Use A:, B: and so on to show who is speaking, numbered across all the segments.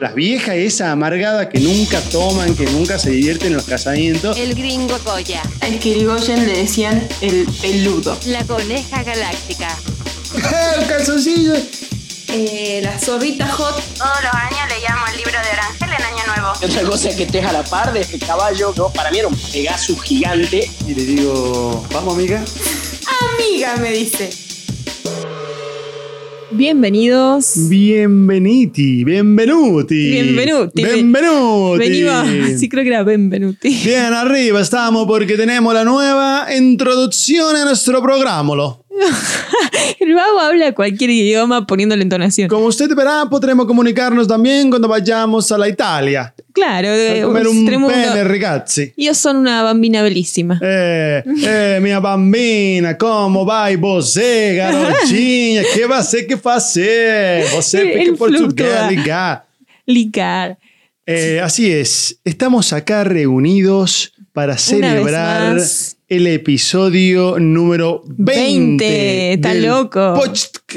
A: Las viejas esas amargadas que nunca toman, que nunca se divierten en los casamientos.
B: El gringo Goya.
C: Al Kirigoyen le decían el peludo.
B: La coneja galáctica.
A: ¡El calzoncillo!
D: Eh, la zorrita hot.
E: Todos los años leíamos el libro de Orangel en Año Nuevo.
F: Y otra cosa es que estés a la par de este caballo. Yo, para mí era un Pegasus gigante.
A: Y le digo, vamos amiga.
C: Amiga, me dice.
G: Bienvenidos.
A: Bienveniti, bienvenuti.
G: Bienvenuti.
A: Bienvenuti.
G: Venimos. Sí, creo que era Benvenuti.
A: Bien, arriba estamos porque tenemos la nueva introducción a nuestro programa.
G: El babo habla cualquier idioma poniéndole entonación.
A: Como usted verá, podremos comunicarnos también cuando vayamos a la Italia.
G: Claro, eh,
A: A
G: de
A: comer un
G: extremo a
A: pene,
G: uno.
A: ragazzi.
G: Io sono una bambina bellísima.
A: Eh, eh, mia bambina, como vai você, garotinha? Que você que fazer? Você
G: Ele
A: fica em português,
G: flutua.
A: ligar.
G: Ligar.
A: Eh, así es, estamos acá reunidos para celebrar
G: más.
A: el episodio número 20.
G: 20, está
A: del
G: loco.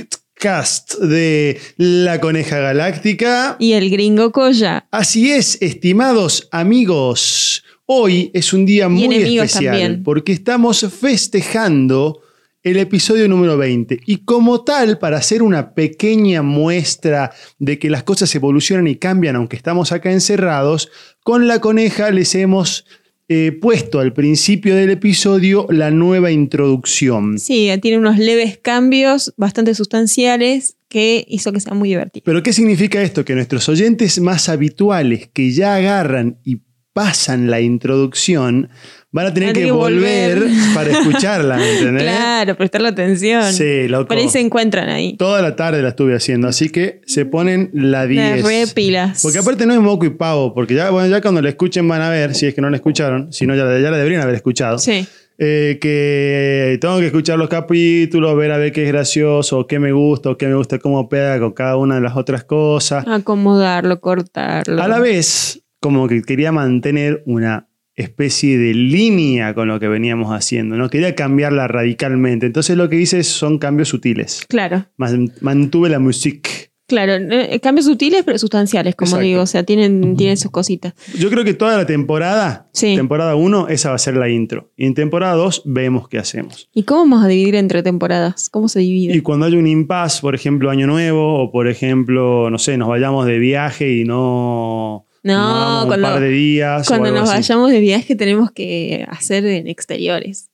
A: Podcast de La Coneja Galáctica.
G: Y el gringo Coya.
A: Así es, estimados amigos. Hoy es un día muy
G: enemigos
A: especial
G: también.
A: porque estamos festejando el episodio número 20. Y como tal, para hacer una pequeña muestra de que las cosas evolucionan y cambian, aunque estamos acá encerrados, con la coneja les hemos eh, puesto al principio del episodio la nueva introducción.
G: Sí, eh, tiene unos leves cambios bastante sustanciales que hizo que sea muy divertido.
A: Pero ¿qué significa esto? Que nuestros oyentes más habituales que ya agarran y pasan la introducción van a tener
G: Van
A: que,
G: a tener que
A: volver,
G: volver.
A: para escucharla, ¿me ¿entendés?
G: Claro, prestarle atención.
A: ¿Eh? Sí, loco.
G: Por ahí se encuentran ahí.
A: Toda la tarde la estuve haciendo, así que se ponen la
G: Las
A: 10.
G: repilas.
A: Porque aparte no es moco y pavo, porque ya, bueno, ya cuando la escuchen van a ver, si es que no la escucharon, si no ya, la- ya la deberían haber escuchado.
G: Sí.
A: eh, que tengo que escuchar los capítulos, ver a ver qué es gracioso, qué me gusta, o qué me gusta, cómo pega con cada una de las otras cosas.
G: Acomodarlo, cortarlo.
A: A la vez, como que quería mantener una especie de línea con lo que veníamos haciendo, no quería cambiarla radicalmente. Entonces lo que hice son cambios sutiles.
G: Claro,
A: Man- Mantuve la music.
G: claro. Eh, Cambios sutiles pero sustanciales, como
A: Exacto.
G: digo. O sea, tienen, tienen sus cositas.
A: Yo creo que toda la temporada,
G: Sí.
A: temporada 1, esa va a ser la intro. Y en temporada 2 vemos qué hacemos.
G: ¿Y cómo vamos a dividir entre temporadas? ¿Cómo se divide?
A: Y cuando hay un impasse, por ejemplo, año nuevo, o por ejemplo, no sé, nos vayamos de viaje y no...
G: No,
A: vamos
G: cuando-
A: un par de días. o
G: Cuando
A: algo
G: nos
A: así.
G: vayamos de viaje tenemos que hacer en exteriores.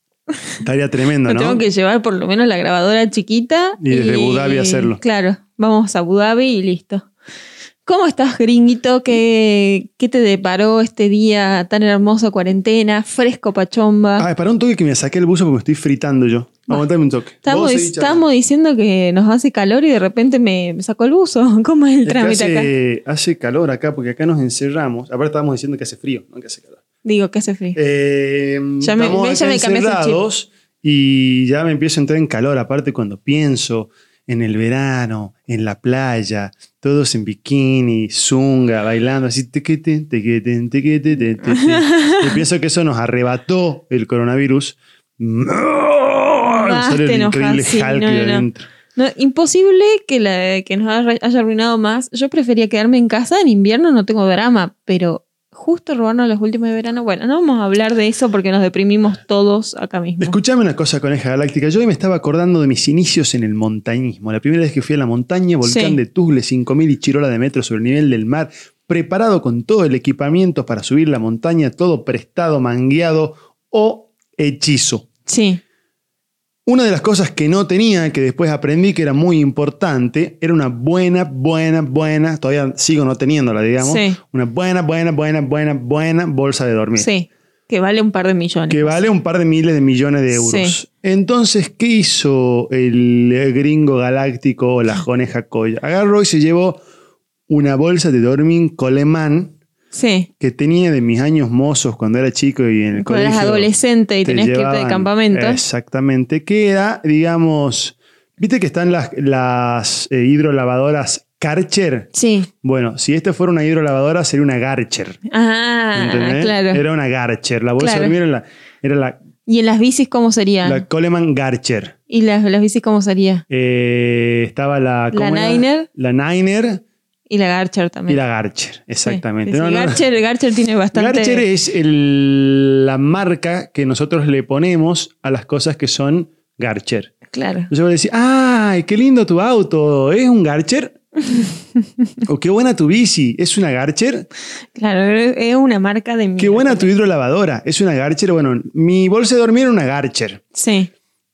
A: Estaría tremendo,
G: Nos
A: ¿no?
G: tengo que llevar por lo menos la grabadora chiquita.
A: Y desde Abu Dhabi hacerlo.
G: Claro, vamos a Abu Dhabi y listo. ¿Cómo estás, gringuito? ¿Qué, qué te deparó este día tan hermoso, cuarentena, fresco pachomba?
A: Ah, para un toque que me saqué el buzo porque me estoy fritando yo. Aguantame un toque.
G: estamos,
A: Vos seguí charlando.
G: estamos diciendo que nos hace calor y de repente me, me sacó el buzo. ¿Cómo es el
A: Es que
G: trámite acá?
A: hace, hace calor acá porque acá nos encerramos. Aparte estábamos diciendo que hace frío, no que hace calor.
G: Digo, que hace frío.
A: Eh,
G: Ya me-
A: estamos
G: ve, ya
A: acá
G: me cambiaste el chip.
A: encerrados y ya me empiezo a entrar en calor. Aparte cuando pienso en el verano, en la playa, todos en bikini, zunga, bailando así. tiquitín, tiquitín, tiquitín, tiquitín. y pienso que eso nos arrebató el coronavirus.
G: Más
A: Sale
G: Ah, te
A: el
G: enojas,
A: increíble
G: sí,
A: Hulk
G: no,
A: de
G: no, no.
A: adentro.
G: No, imposible que, la, que nos haya haya arruinado más. Yo prefería quedarme en casa. En invierno no tengo drama, pero justo robarnos los últimos de verano. Bueno, no vamos a hablar de eso porque nos deprimimos todos acá mismo.
A: Escuchame una cosa, Coneja Galáctica. Yo hoy me estaba acordando de mis inicios en el montañismo. La primera vez que fui a la montaña, volcán
G: Sí.
A: de Tuzle, 5000 y chirola de metros sobre el nivel del mar, preparado con todo el equipamiento para subir la montaña, todo prestado, mangueado o hechizo.
G: Sí,
A: Una de las cosas que no tenía, que después aprendí que era muy importante, era una buena, buena, buena, todavía sigo no teniéndola, digamos,
G: Sí.
A: una buena, buena, buena, buena, buena bolsa de dormir
G: sí. Que vale un par de millones.
A: que vale un par de miles de millones de euros.
G: Sí.
A: Entonces, ¿qué hizo el eh, gringo galáctico o
G: Ah.
A: la coneja coya? Agarró y se llevó una bolsa de dormir colemán
G: Sí.
A: que tenía de mis años mozos cuando era chico y en el
G: Cuando
A: colegio.
G: eras adolescente y
A: te
G: tenías que irte de
A: llevaban-
G: campamento.
A: Exactamente, que era, digamos, viste que están las, las eh, hidrolavadoras Karcher.
G: Sí.
A: Bueno, si esta fuera una hidrolavadora sería una Garcher.
G: Ah,
A: ¿entendés?
G: claro.
A: Era una Garcher. La bolsa
G: Claro.
A: de dormir era la- era la
G: ¿Y en las bicis cómo serían?
A: La Coleman Garcher.
G: ¿Y las, las bicis cómo sería?
A: Eh, estaba la.
G: La
A: ¿cómo era?
G: Niner.
A: La Niner.
G: Y la Garcher
A: Y
G: también.
A: la Garcher,
G: Sí,
A: exactamente.
G: sí, sí.
A: No, no, no.
G: Garcher, Garcher tiene bastante.
A: Garcher es el- la marca que nosotros le ponemos a las cosas que son Garcher.
G: Claro.
A: Yo voy a decir, ¡ay, qué lindo tu auto! ¿Es un Garcher? o qué buena tu bici, ¿es una Garcher?
G: Claro, es una marca de.
A: Qué buena tu hidrolavadora, ¿es una Garcher? Bueno, mi bolsa de dormir era una Garcher.
G: Sí.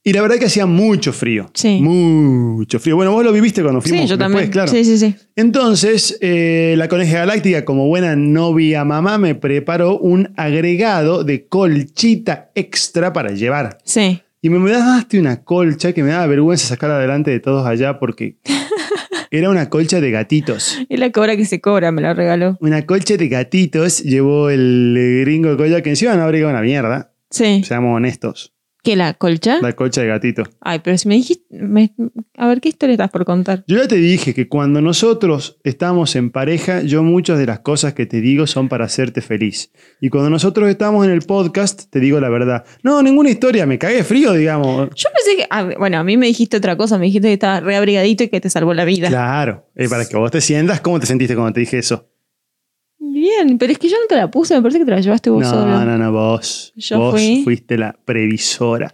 A: Y la verdad que hacía mucho frío.
G: Sí.
A: Mucho frío. Bueno, vos lo viviste cuando fuimos.
G: Sí, yo
A: después,
G: también.
A: Claro.
G: Sí, sí, sí.
A: Entonces, eh, la Coneja Galáctica, como buena novia mamá, me preparó un agregado de colchita extra para llevar.
G: Sí.
A: Y me daste una colcha que me daba vergüenza sacar adelante de todos allá porque era una colcha de gatitos.
G: Y la cobra que se cobra, me la regaló.
A: Una colcha de gatitos llevó el eh, gringo de colcha que encima no abriga una mierda.
G: Sí.
A: Seamos honestos.
G: ¿Qué la colcha?
A: La colcha de gatito.
G: Ay, pero si me dijiste. me- A ver, ¿qué historia estás por contar?
A: Yo ya te dije que cuando nosotros estamos en pareja, yo muchas de las cosas que te digo son para hacerte feliz. Y cuando nosotros estamos en el podcast, te digo la verdad. No, ninguna historia, me cagué frío, digamos.
G: Yo pensé que. ah, bueno, a mí me dijiste otra cosa. Me dijiste que estabas reabrigadito y que te salvó la vida.
A: Claro, Eh, para que vos te sientas, ¿cómo te sentiste cuando te dije eso?
G: Bien, pero es que yo no te la puse. Me parece que te la llevaste vos
A: no,
G: solo.
A: no, no, vos.
G: Yo
A: vos
G: fui.
A: fuiste la previsora.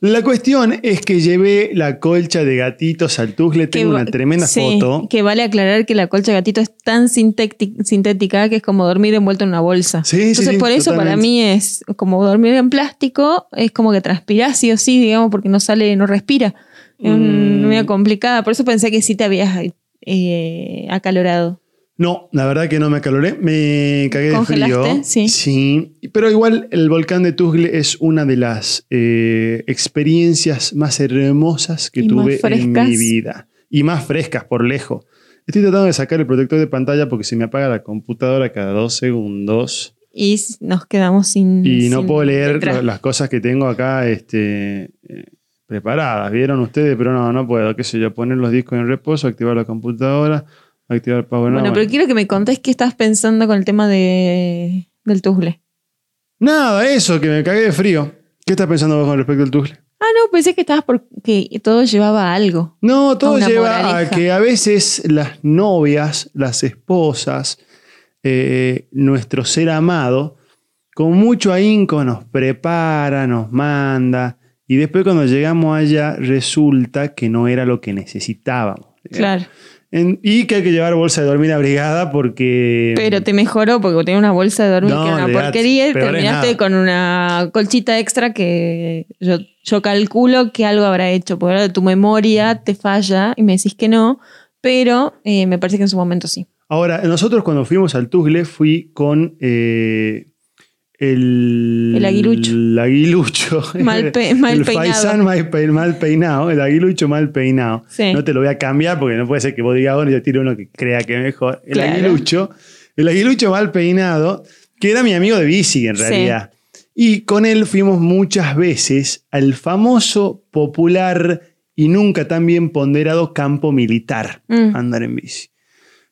A: La cuestión es que llevé la colcha de gatitos al Tuzle, tengo
G: va-
A: una tremenda
G: sí,
A: foto.
G: Que vale aclarar que la colcha de gatito es tan sintéti- sintética que es como dormir envuelto en una bolsa.
A: Sí, sí,
G: Entonces,
A: sí,
G: por eso para
A: totalmente.
G: mí es como dormir en plástico, es como que transpirás sí o sí, digamos, porque no sale, no respira. Es
A: Mm.
G: una medio complicada. Por eso pensé que sí te habías eh, acalorado.
A: No, la verdad que no me acaloré, me cagué de
G: ¿Congelaste?
A: frío.
G: Sí.
A: pero igual el volcán de Tuzle es una de las eh, experiencias más hermosas que
G: Y más
A: tuve en
G: frescas.
A: mi vida. Y más frescas, por lejos. Estoy tratando de sacar el protector de pantalla porque se me apaga la computadora cada dos segundos
G: Y s- nos quedamos sin.
A: y no
G: sin
A: puedo leer
G: letra.
A: lo- las cosas que tengo acá este, eh, preparadas. ¿Vieron ustedes? Pero no, no puedo. ¿Qué sé yo? Poner los discos en reposo, activar la computadora, activar Power
G: Bueno,
A: no,
G: pero quiero que me contés qué estás pensando con el tema de, del tuzle.
A: Nada, eso, que me cagué de frío. ¿Qué estás pensando vos con respecto al tuzle?
G: Ah, no, pensé que estabas porque todo llevaba a algo.
A: No, todo
G: una
A: lleva a
G: moraleja.
A: que a veces las novias, las esposas, eh, nuestro ser amado, con mucho ahínco nos prepara, nos manda, y después cuando llegamos allá resulta que no era lo que necesitábamos.
G: Claro.
A: En- y que hay que llevar bolsa de dormir abrigada porque...
G: Pero te mejoró porque tenías una bolsa de dormir
A: No,
G: que era una
A: olvidate,
G: porquería y
A: peor es nada.
G: terminaste con una colchita extra que yo, yo calculo que algo habrá hecho. Porque ahora tu memoria te falla y me decís que no, pero eh, me parece que en su momento sí.
A: Ahora, nosotros cuando fuimos al Tuzle fui con eh, el,
G: El aguilucho.
A: El aguilucho.
G: Mal pe- mal
A: el
G: peinado.
A: faisán mal, pe- mal peinado, el aguilucho mal peinado.
G: Sí.
A: No te lo voy a cambiar porque no puede ser que vos digas, bueno, yo tiro uno que crea que es mejor. El
G: Claro.
A: aguilucho. El aguilucho mal peinado, que era mi amigo de bici en
G: Sí.
A: realidad. Y con él fuimos muchas veces al famoso, popular y nunca tan bien ponderado campo militar.
G: Mm.
A: Andar en bici.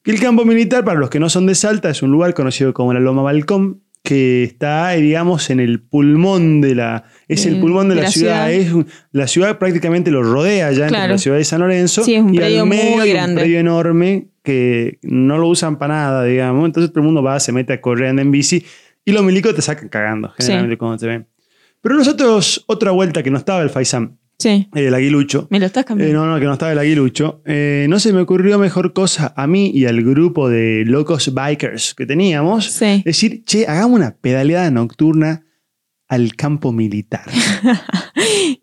A: Que El campo militar, para los que no son de Salta, es un lugar conocido como la Loma Balcón, que está, eh, digamos, en el pulmón de la... Es el
G: Mm,
A: pulmón de,
G: de
A: la,
G: la
A: ciudad.
G: ciudad.
A: Es un- la ciudad prácticamente lo rodea ya entre
G: Claro.
A: la ciudad de San Lorenzo.
G: Sí, es un
A: y
G: predio
A: al
G: muy
A: medio hay un
G: grande.
A: predio enorme que no lo usan para nada, digamos. Entonces todo el mundo va, se mete a correr, anda en bici. Y los milicos te sacan cagando, generalmente, cuando te ven. Pero nosotros, otra vuelta que no estaba el Faisán,
G: Sí,
A: el aguilucho.
G: me lo estás
A: Eh,
G: cambiando.
A: no, no, que no estaba el aguilucho. Eh, no se me ocurrió mejor cosa a mí y al grupo de locos bikers que teníamos.
G: Sí.
A: Decir, che, hagamos una pedaleada nocturna al campo militar.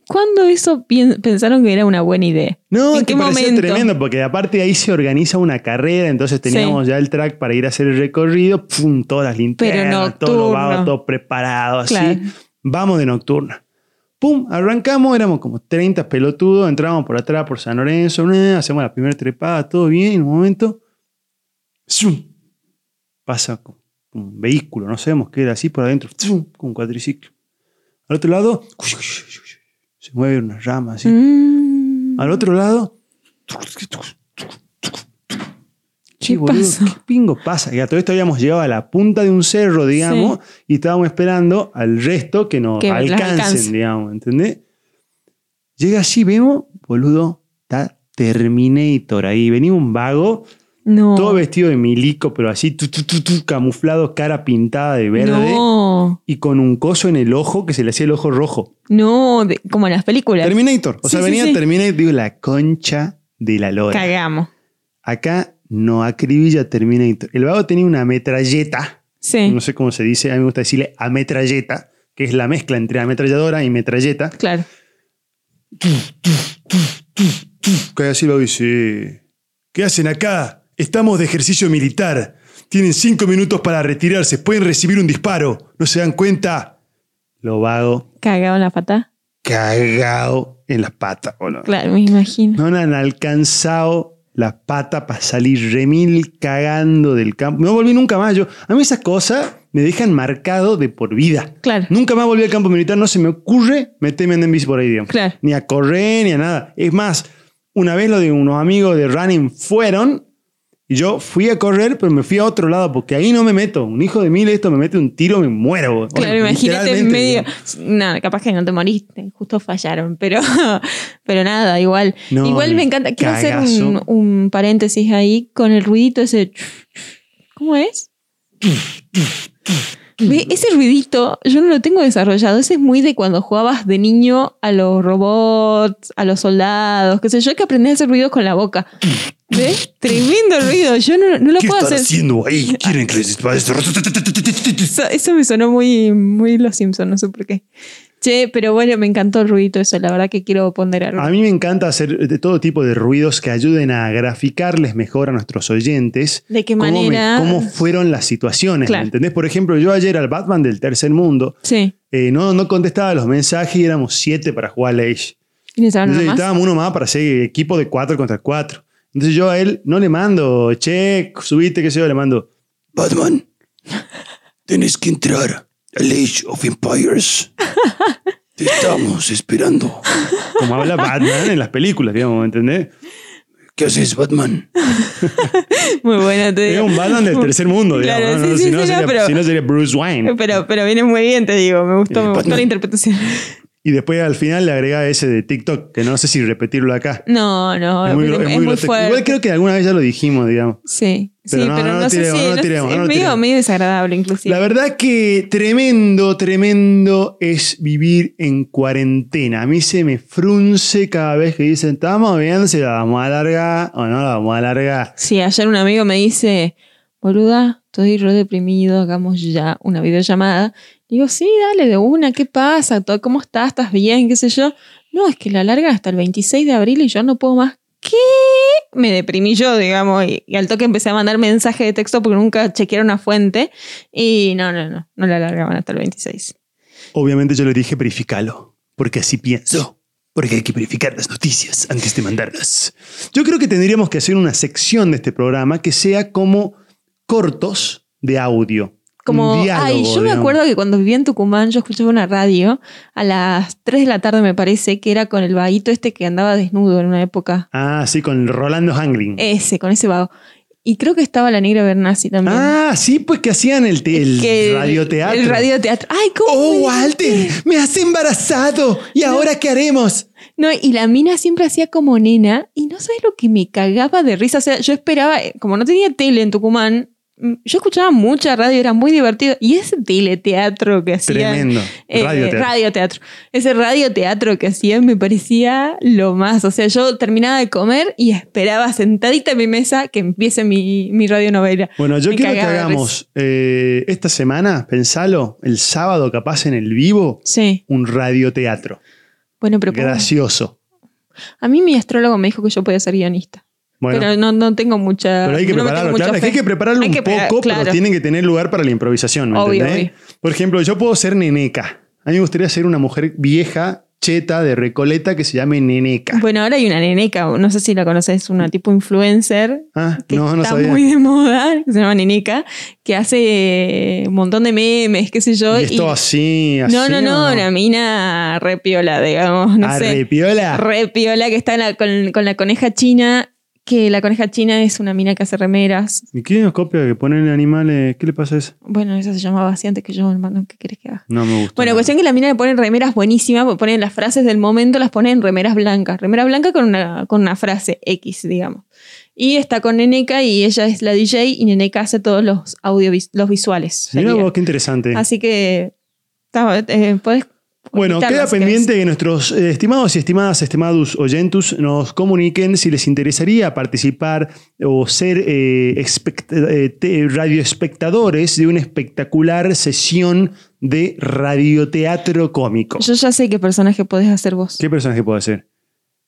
G: ¿Cuándo eso pien- pensaron que era una buena idea?
A: No,
G: ¿En
A: que
G: qué
A: parecía
G: momento?
A: tremendo, porque aparte ahí se organiza una carrera, entonces teníamos ya el track para ir a hacer el recorrido, pum, todas las linternas, todo
G: nocturno.
A: novado, todo preparado, así.
G: Claro.
A: Vamos de nocturna. Pum, arrancamos, éramos como 30 pelotudos, entramos por atrás, por San Lorenzo, eh, hacemos la primera trepada, todo bien, en un momento, ¡zum! pasa como un vehículo, no sabemos qué era así por adentro, ¡zum! con un cuatriciclo. Al otro lado, se mueve una rama así.
G: Mm,
A: Al otro lado. Che, boludo,
G: pasó?
A: ¿Qué pingo pasa? Y a todo esto habíamos llegado a la punta de un cerro, digamos, y estábamos esperando al resto que nos
G: Que las
A: alcancen,
G: alcance.
A: digamos, ¿entendés? Llega así, vemos, boludo, está Terminator ahí. Venía un vago,
G: No.
A: Todo vestido de milico, pero así, tu, tu, tu, tu, camuflado, cara pintada de verde. ¿eh?
G: No,
A: Y con un coso en el ojo que se le hacía el ojo rojo.
G: no, de- como en las películas.
A: Terminator. O
G: Sí,
A: sea,
G: sí,
A: venía
G: sí.
A: Terminator, digo, la concha de la lora.
G: Cagamos.
A: Acá no acribilla Terminator. El vago tenía una metralleta.
G: Sí,
A: No sé cómo se dice, a mí me gusta decirle ametralleta, que es la mezcla entre ametralladora y metralleta.
G: claro.
A: Que así lo dice. ¿Qué hacen acá? Estamos de ejercicio militar. Tienen cinco minutos para retirarse. Pueden recibir un disparo. ¿No se dan cuenta? Lo vago,
G: Cagado en la pata.
A: cagado en las patas, Oh, boludo.
G: Claro, me imagino.
A: No le han alcanzado las patas para salir remil cagando del campo. No volví nunca más. Yo, a mí esas cosas me dejan marcado de por vida.
G: Claro.
A: Nunca más volví al campo militar. No se me ocurre meterme a andar en bici por ahí, digamos.
G: Claro.
A: Ni a correr, ni a nada. Es más, una vez lo de unos amigos de running fueron y yo fui a correr, pero me fui a otro lado porque ahí no me meto. Un hijo de mil esto me mete un tiro, me muero. boludo.
G: Claro, imagínate en
A: Literalmente,
G: medio.
A: digamos.
G: Nada, capaz que no te moriste, justo fallaron, pero, pero nada, igual.
A: No,
G: igual me
A: el
G: encanta. Quiero hacer un,
A: cagazo.
G: un paréntesis ahí con el ruidito ese. ¿Cómo es? Ve, Ese ruidito yo no lo tengo desarrollado. Ese es muy de cuando jugabas de niño a los robots, a los soldados, qué sé yo, que aprendés a hacer ruidos con la boca. ¿Ves? Tremendo ruido. Yo no, no lo
A: ¿Qué
G: puedo
A: están
G: hacer.
A: haciendo ahí? ¿Quieren que les dispare?
G: Eso, eso me sonó muy, muy Los Simpsons, no sé por qué. Che, pero bueno, me encantó el ruidito eso, la verdad que quiero ponderar.
A: A mí me encanta hacer eh, de todo tipo de ruidos que ayuden a graficarles mejor a nuestros oyentes.
G: ¿De qué
A: cómo me-
G: manera?
A: cómo fueron las situaciones,
G: Claro.
A: ¿me ¿entendés? Por ejemplo, yo ayer al Batman del Tercer Mundo
G: Sí,
A: eh, no, no contestaba los mensajes y éramos siete para jugar a Age.
G: ¿y necesitaban uno
A: Entonces
G: Ah, más?
A: necesitábamos uno más para hacer equipo de cuatro contra cuatro. Entonces yo a él no le mando, che, subiste, qué sé yo, le mando, Batman, tenés que entrar al Age of Empires. Te estamos esperando. Como habla Batman en las películas, digamos, ¿entendés? ¿Qué haces, Batman?
G: Muy buena, te
A: Es
G: digo.
A: un Batman del tercer mundo,
G: Claro,
A: digamos. ¿no?
G: sí,
A: No,
G: sí,
A: si, no
G: sí, no,
A: sería,
G: pero-
A: si no sería Bruce Wayne.
G: Pero, pero viene muy bien, te digo, me gustó,
A: Eh,
G: me gustó
A: Batman.
G: la interpretación.
A: Y después al final le agrega ese de TikTok, que no sé si repetirlo acá.
G: No, no,
A: es muy, gro- es muy grotesco.
G: fuerte.
A: Igual creo que alguna vez ya lo dijimos, digamos.
G: Sí,
A: Pero
G: sí,
A: no,
G: pero
A: no
G: no,
A: lo
G: sé
A: tiremos,
G: si
A: no lo
G: no sé,
A: tiremos,
G: es
A: no lo
G: medio,
A: tiremos.
G: medio desagradable inclusive.
A: La verdad que tremendo, tremendo es vivir en cuarentena. A mí se me frunce cada vez que dicen, estamos bien, si la vamos a alargar o no la vamos a alargar.
G: Sí, ayer un amigo me dice, boluda, estoy re deprimido, hagamos ya una videollamada. Digo, sí, dale, de una, ¿qué pasa? ¿Todo- ¿Cómo estás? ¿Estás bien? ¿Qué sé yo? No, es que la larga hasta el 26 de abril y yo no puedo más. ¿Qué? Me deprimí yo, digamos, y, y al toque empecé a mandar mensaje de texto porque nunca chequearon una fuente y no, no, no, no la largaban hasta el 26.
A: Obviamente yo le dije, verificalo, porque así pienso. Porque hay que verificar las noticias antes de mandarlas. Yo creo que tendríamos que hacer una sección de este programa que sea como cortos de audio.
G: Como,
A: Un diálogo,
G: ay, yo me
A: digamos.
G: acuerdo que cuando vivía en Tucumán, yo escuchaba una radio a las 3 de la tarde, me parece, que era con el vaguito este que andaba desnudo en una época.
A: Ah, sí, con Rolando Hangrin.
G: Ese, con ese vago. Y creo que estaba la negra Bernasi también.
A: Ah, sí, pues que hacían el, te- el
G: Que
A: radioteatro.
G: El radioteatro. Ay, ¿cómo?
A: ¡Oh,
G: fue?
A: Walter! ¡Me has embarazado! ¿Y ahora qué haremos?
G: No, y la mina siempre hacía como nena, y no sabes lo que me cagaba de risa. O sea, yo esperaba, eh, como no tenía tele en Tucumán, mm, yo escuchaba mucha radio, era muy divertido. Y ese teleteatro que hacía.
A: Tremendo.
G: Eh,
A: Radioteatro.
G: radioteatro. Ese radioteatro que hacían me parecía lo más. O sea, yo terminaba de comer y esperaba sentadita en mi mesa que empiece mi, mi radionovela.
A: Bueno, yo
G: Me
A: quiero que
G: cagaba de
A: hagamos eh, esta semana, pensalo, el sábado capaz en el vivo,
G: Sí.
A: un radioteatro.
G: Bueno, pero ¿cómo?
A: Gracioso.
G: a mí mi astrólogo me dijo que yo podía ser guionista.
A: Bueno, pero,
G: pero no, no tengo mucha.
A: hay que
G: no me tengo
A: prepararlo,
G: mucha
A: claro, es que hay
G: fe.
A: que prepararlo
G: Hay
A: un
G: que
A: poco,
G: preparar-
A: pero
G: claro.
A: tiene que tener lugar para la improvisación, ¿me
G: Obvio,
A: entendés? Por ejemplo, yo puedo ser neneca. A mí me gustaría ser una mujer vieja, cheta, de recoleta, que se llame neneca.
G: Bueno, ahora hay una neneca, no sé si la conoces, una tipo influencer
A: ah,
G: que
A: no, no
G: está
A: sabía.
G: muy de moda, que se llama Neneca, que hace eh, un montón de memes, qué sé yo.
A: Y esto así, así.
G: no, no,
A: ¿o Ah,
G: no, una mina repiola, digamos, no sé.
A: Arrepiola.
G: Repiola que está en la- con, con la coneja china, que la coneja china es una mina que hace remeras.
A: ¿Y quién nos copia que ponen animales? ¿Qué le pasa a eso?
G: Bueno, esa se llamaba así antes que yo, hermano. ¿Qué querés que haga?
A: No me gusta.
G: Bueno,
A: nada.
G: cuestión que la mina le ponen remeras buenísimas, porque ponen las frases del momento, las ponen en remeras blancas. Remera blanca con una, con una frase X, digamos. Y está con Neneca y ella es la DJ y Neneca hace todos los, audiovis los visuales.
A: Mirá
G: sería.
A: vos, qué interesante.
G: Así que está, eh, podés
A: Bueno,
G: conquistarla
A: queda
G: si
A: pendiente que nuestros eh, estimados y estimadas estimados oyentus nos comuniquen si les interesaría participar o ser eh, espect- eh, te- radioespectadores de una espectacular sesión de radioteatro cómico.
G: querés. Yo ya sé qué personaje podés hacer vos.
A: ¿Qué personaje puedo hacer?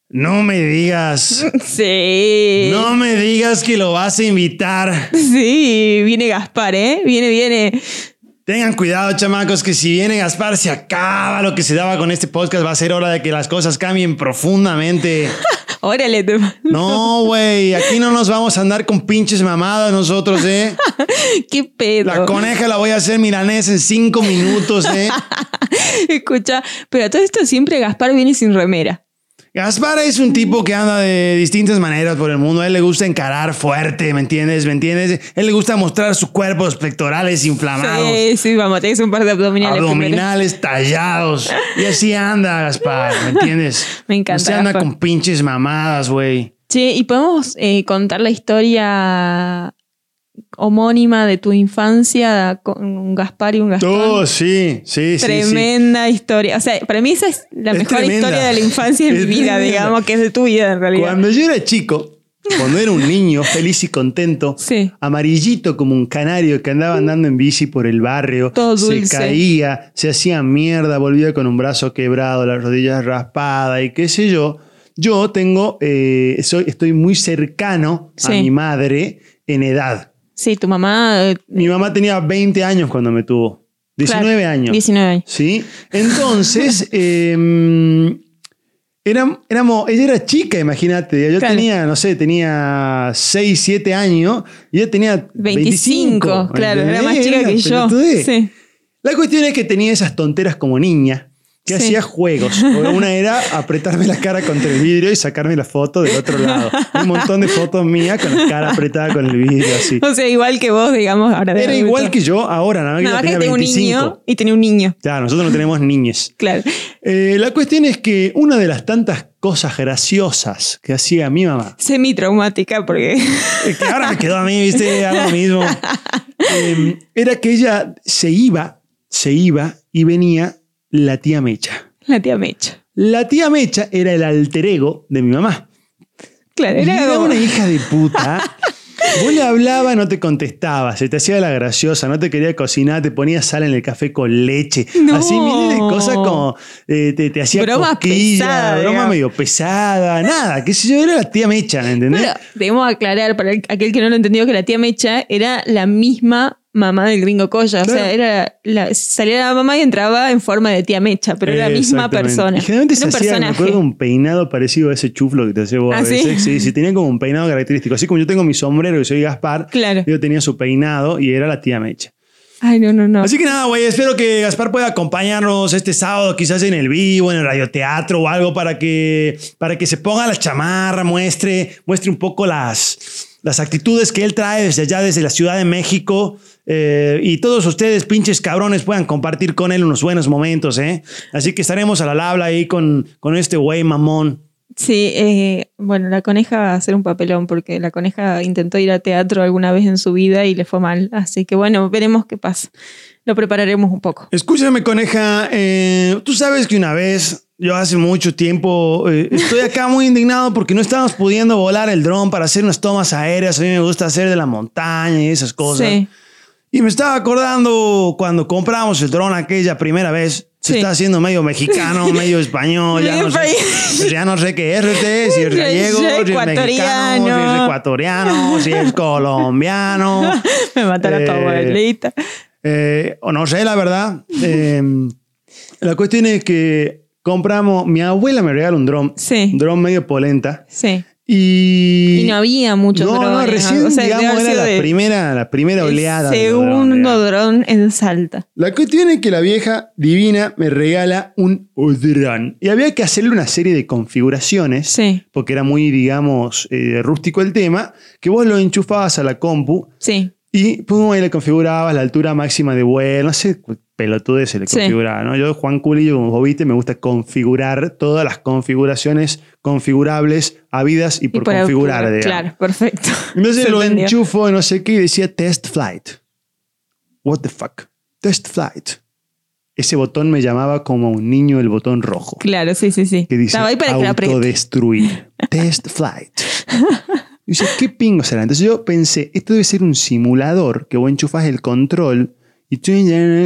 A: No me digas.
G: Sí.
A: No me digas que lo vas a invitar.
G: Sí, viene Gaspar, ¿eh? Viene, viene.
A: Tengan cuidado, chamacos, que si viene Gaspar se acaba lo que se daba con este podcast. Va a ser hora de que las cosas cambien profundamente.
G: Órale, te-
A: No, güey, aquí no nos vamos a andar con pinches mamadas nosotros, ¿eh?
G: qué pedo.
A: La coneja la voy a hacer milanés en cinco minutos, ¿eh?
G: Escucha, pero a todo esto siempre Gaspar viene sin remera.
A: Gaspar es un tipo que anda de distintas maneras por el mundo. A él le gusta encarar fuerte, ¿me entiendes? ¿Me entiendes? A él le gusta mostrar sus cuerpos pectorales inflamados,
G: Sí, sí, vamos, tenés un par de abdominales. primero.
A: abdominales tallados. Y así anda, Gaspar, ¿me entiendes?
G: Me encanta,
A: No se anda
G: Gaspar.
A: con pinches mamadas, güey.
G: Che, ¿y podemos eh, contar la historia homónima de tu infancia con un Gaspar y un Gaspar?
A: Oh, sí, sí, sí. sí.
G: Tremenda historia. O sea, para mí esa es la
A: Es
G: mejor
A: tremenda.
G: historia de la infancia de mi
A: Es
G: vida,
A: tremenda.
G: digamos, que es de tu vida en realidad.
A: Cuando yo era chico, cuando era un niño feliz y contento,
G: Sí.
A: amarillito como un canario que andaba andando en bici por el barrio,
G: Todo
A: se
G: dulce.
A: caía, se hacía mierda, volvía con un brazo quebrado, las rodillas raspadas y qué sé yo. Yo tengo, eh, soy- estoy muy cercano a
G: Sí.
A: mi madre en edad.
G: Sí, tu mamá. eh,
A: Mi mamá tenía 20 años cuando me tuvo, 19
G: claro,
A: años.
G: 19 años.
A: ¿Sí? Entonces, eh, éram- éramos, ella era chica, imagínate. Yo
G: Claro.
A: tenía, no sé, tenía 6, 7 años y ella tenía
G: 25,
A: 25.
G: claro, era más
A: ¿entendés?
G: chica
A: Era
G: que
A: una
G: yo.
A: pelotudez.
G: Sí.
A: La cuestión es que tenía esas tonteras como niña. Que
G: Sí.
A: hacía juegos. Una era apretarme la cara contra el vidrio y sacarme la foto del otro lado. Un montón de fotos mías con la cara apretada con el vidrio, así.
G: O sea, igual que vos, digamos, ahora de
A: Era
G: adulto.
A: igual que yo ahora, nada más que
G: Nada más
A: ella
G: que
A: tenía
G: tengo un
A: 25.
G: niño y tenía un niño.
A: Claro, nosotros no tenemos niñes.
G: Claro.
A: Eh, la cuestión es que una de las tantas cosas graciosas que hacía mi mamá,
G: Semi-traumática, porque.
A: eh, que ahora me quedó a mí, viste, algo mismo, eh, era que ella se iba, se iba y venía la tía Mecha.
G: la tía Mecha.
A: La tía Mecha era el alter ego de mi mamá.
G: Claro,
A: Y
G: era
A: Era
G: como-
A: una hija de puta. Vos le hablabas, no te contestaba, se te hacía la graciosa, no te quería cocinar, te ponía sal en el café con leche.
G: No.
A: Así miles de cosas como eh, te, te hacía
G: Bromas
A: cosquillas,
G: pesadas,
A: broma
G: digamos.
A: medio pesada, nada, qué sé yo, era la tía Mecha, ¿entendés?
G: Pero debemos aclarar para el- aquel que no lo entendió que la tía Mecha era la misma mamá del gringo Colla. O
A: Claro.
G: sea, era la, salía la mamá y entraba en forma de tía Mecha, pero era la misma
A: Exactamente.
G: persona.
A: Y generalmente se
G: Era un
A: hacía, me
G: personaje.
A: acuerdo, un peinado parecido a ese chuflo que te hacía vos
G: ¿Ah,
A: a
G: sí?
A: veces. Sí, sí, tenía como un peinado característico. Así como yo tengo mi sombrero y soy Gaspar,
G: Claro.
A: yo tenía su peinado y era la tía Mecha.
G: Ay, no, no, no.
A: Así que nada, güey, espero que Gaspar pueda acompañarnos este sábado, quizás en el vivo, en el radioteatro o algo, para que, para que se ponga la chamarra, muestre, muestre un poco las, las actitudes que él trae desde allá, desde la Ciudad de México. eh, y todos ustedes, pinches cabrones, puedan compartir con él unos buenos momentos, ¿eh? Así que estaremos a la labla ahí con, con este güey mamón.
G: Sí, eh, bueno, la coneja va a hacer un papelón porque la coneja intentó ir a teatro alguna vez en su vida y le fue mal. Así que bueno, veremos qué pasa. Lo prepararemos un poco.
A: Escúchame, coneja. eh, tú sabes que una vez, yo hace mucho tiempo, eh, estoy acá muy indignado porque no estábamos pudiendo volar el dron para hacer unas tomas aéreas. A mí me gusta hacer de la montaña y esas cosas.
G: Sí,
A: Y me estaba acordando cuando compramos el dron aquella primera vez. Se
G: Sí.
A: está haciendo medio mexicano, medio español, ya
G: Medio
A: no, sé,
G: país.
A: ya no sé qué es, este, si es
G: Sí,
A: gallego, si
G: sí,
A: es mexicano, si es
G: ecuatoriano.
A: ecuatoriano, si es colombiano.
G: me matará tu
A: Eh,
G: abuelita.
A: Eh, o no sé, la verdad. Eh, la cuestión es que compramos, mi abuela me regaló un dron,
G: Sí.
A: un dron medio polenta.
G: Sí,
A: Y,
G: Y no había muchos
A: no,
G: drones.
A: no, recién,
G: o sea, debe
A: digamos,
G: haber
A: era
G: sido
A: la
G: de-
A: primera, la primera
G: el
A: oleada. de drones,
G: Segundo
A: digamos.
G: dron en Salta.
A: La cuestión es que la vieja divina me regala un dron. Y había que hacerle una serie de configuraciones.
G: Sí,
A: Porque era muy, digamos, eh, rústico el tema. Que vos lo enchufabas a la compu
G: sí.
A: y pum, ahí le configurabas la altura máxima de vuelo. No sé, pelotudes se le
G: Sí.
A: configuraba, ¿no? Yo, Juan Culillo, como vos viste, me gusta configurar todas las configuraciones configurables, habidas y por,
G: Y por
A: configurar,
G: altura,
A: digamos.
G: Claro, perfecto.
A: Entonces
G: Se
A: lo
G: entendió.
A: enchufo y no sé qué y decía test flight. What the fuck? Test flight. Ese botón me llamaba como a un niño el botón rojo.
G: Claro, sí, sí, sí.
A: Que dice
G: Estaba ahí para que lo apriete.
A: autodestruir. test flight. Y dice, ¿qué pingo será? Entonces yo pensé, esto debe ser un simulador que vos enchufas el control y tú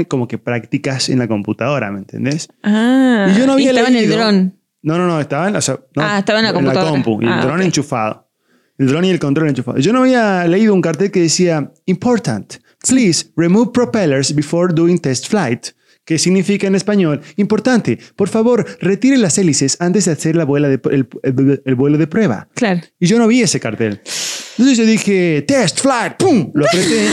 A: como que practicas en la computadora, ¿me entendés?
G: Ah,
A: Y yo no había
G: estaba en el
A: leído.
G: dron.
A: No, no, no, estaban, o sea, no,
G: Ah, estaba en la computadora.
A: compu, y el
G: Ah,
A: dron
G: ok.
A: enchufado. El dron y el control enchufado. Yo no había leído un cartel que decía important. Please remove propellers before doing test flight. Que significa en español, importante, por favor, retire las hélices antes de hacer la vuela de- el- el- el vuelo de prueba.
G: Claro.
A: Y yo no vi ese cartel. Entonces yo dije, test flight, pum, lo apreté.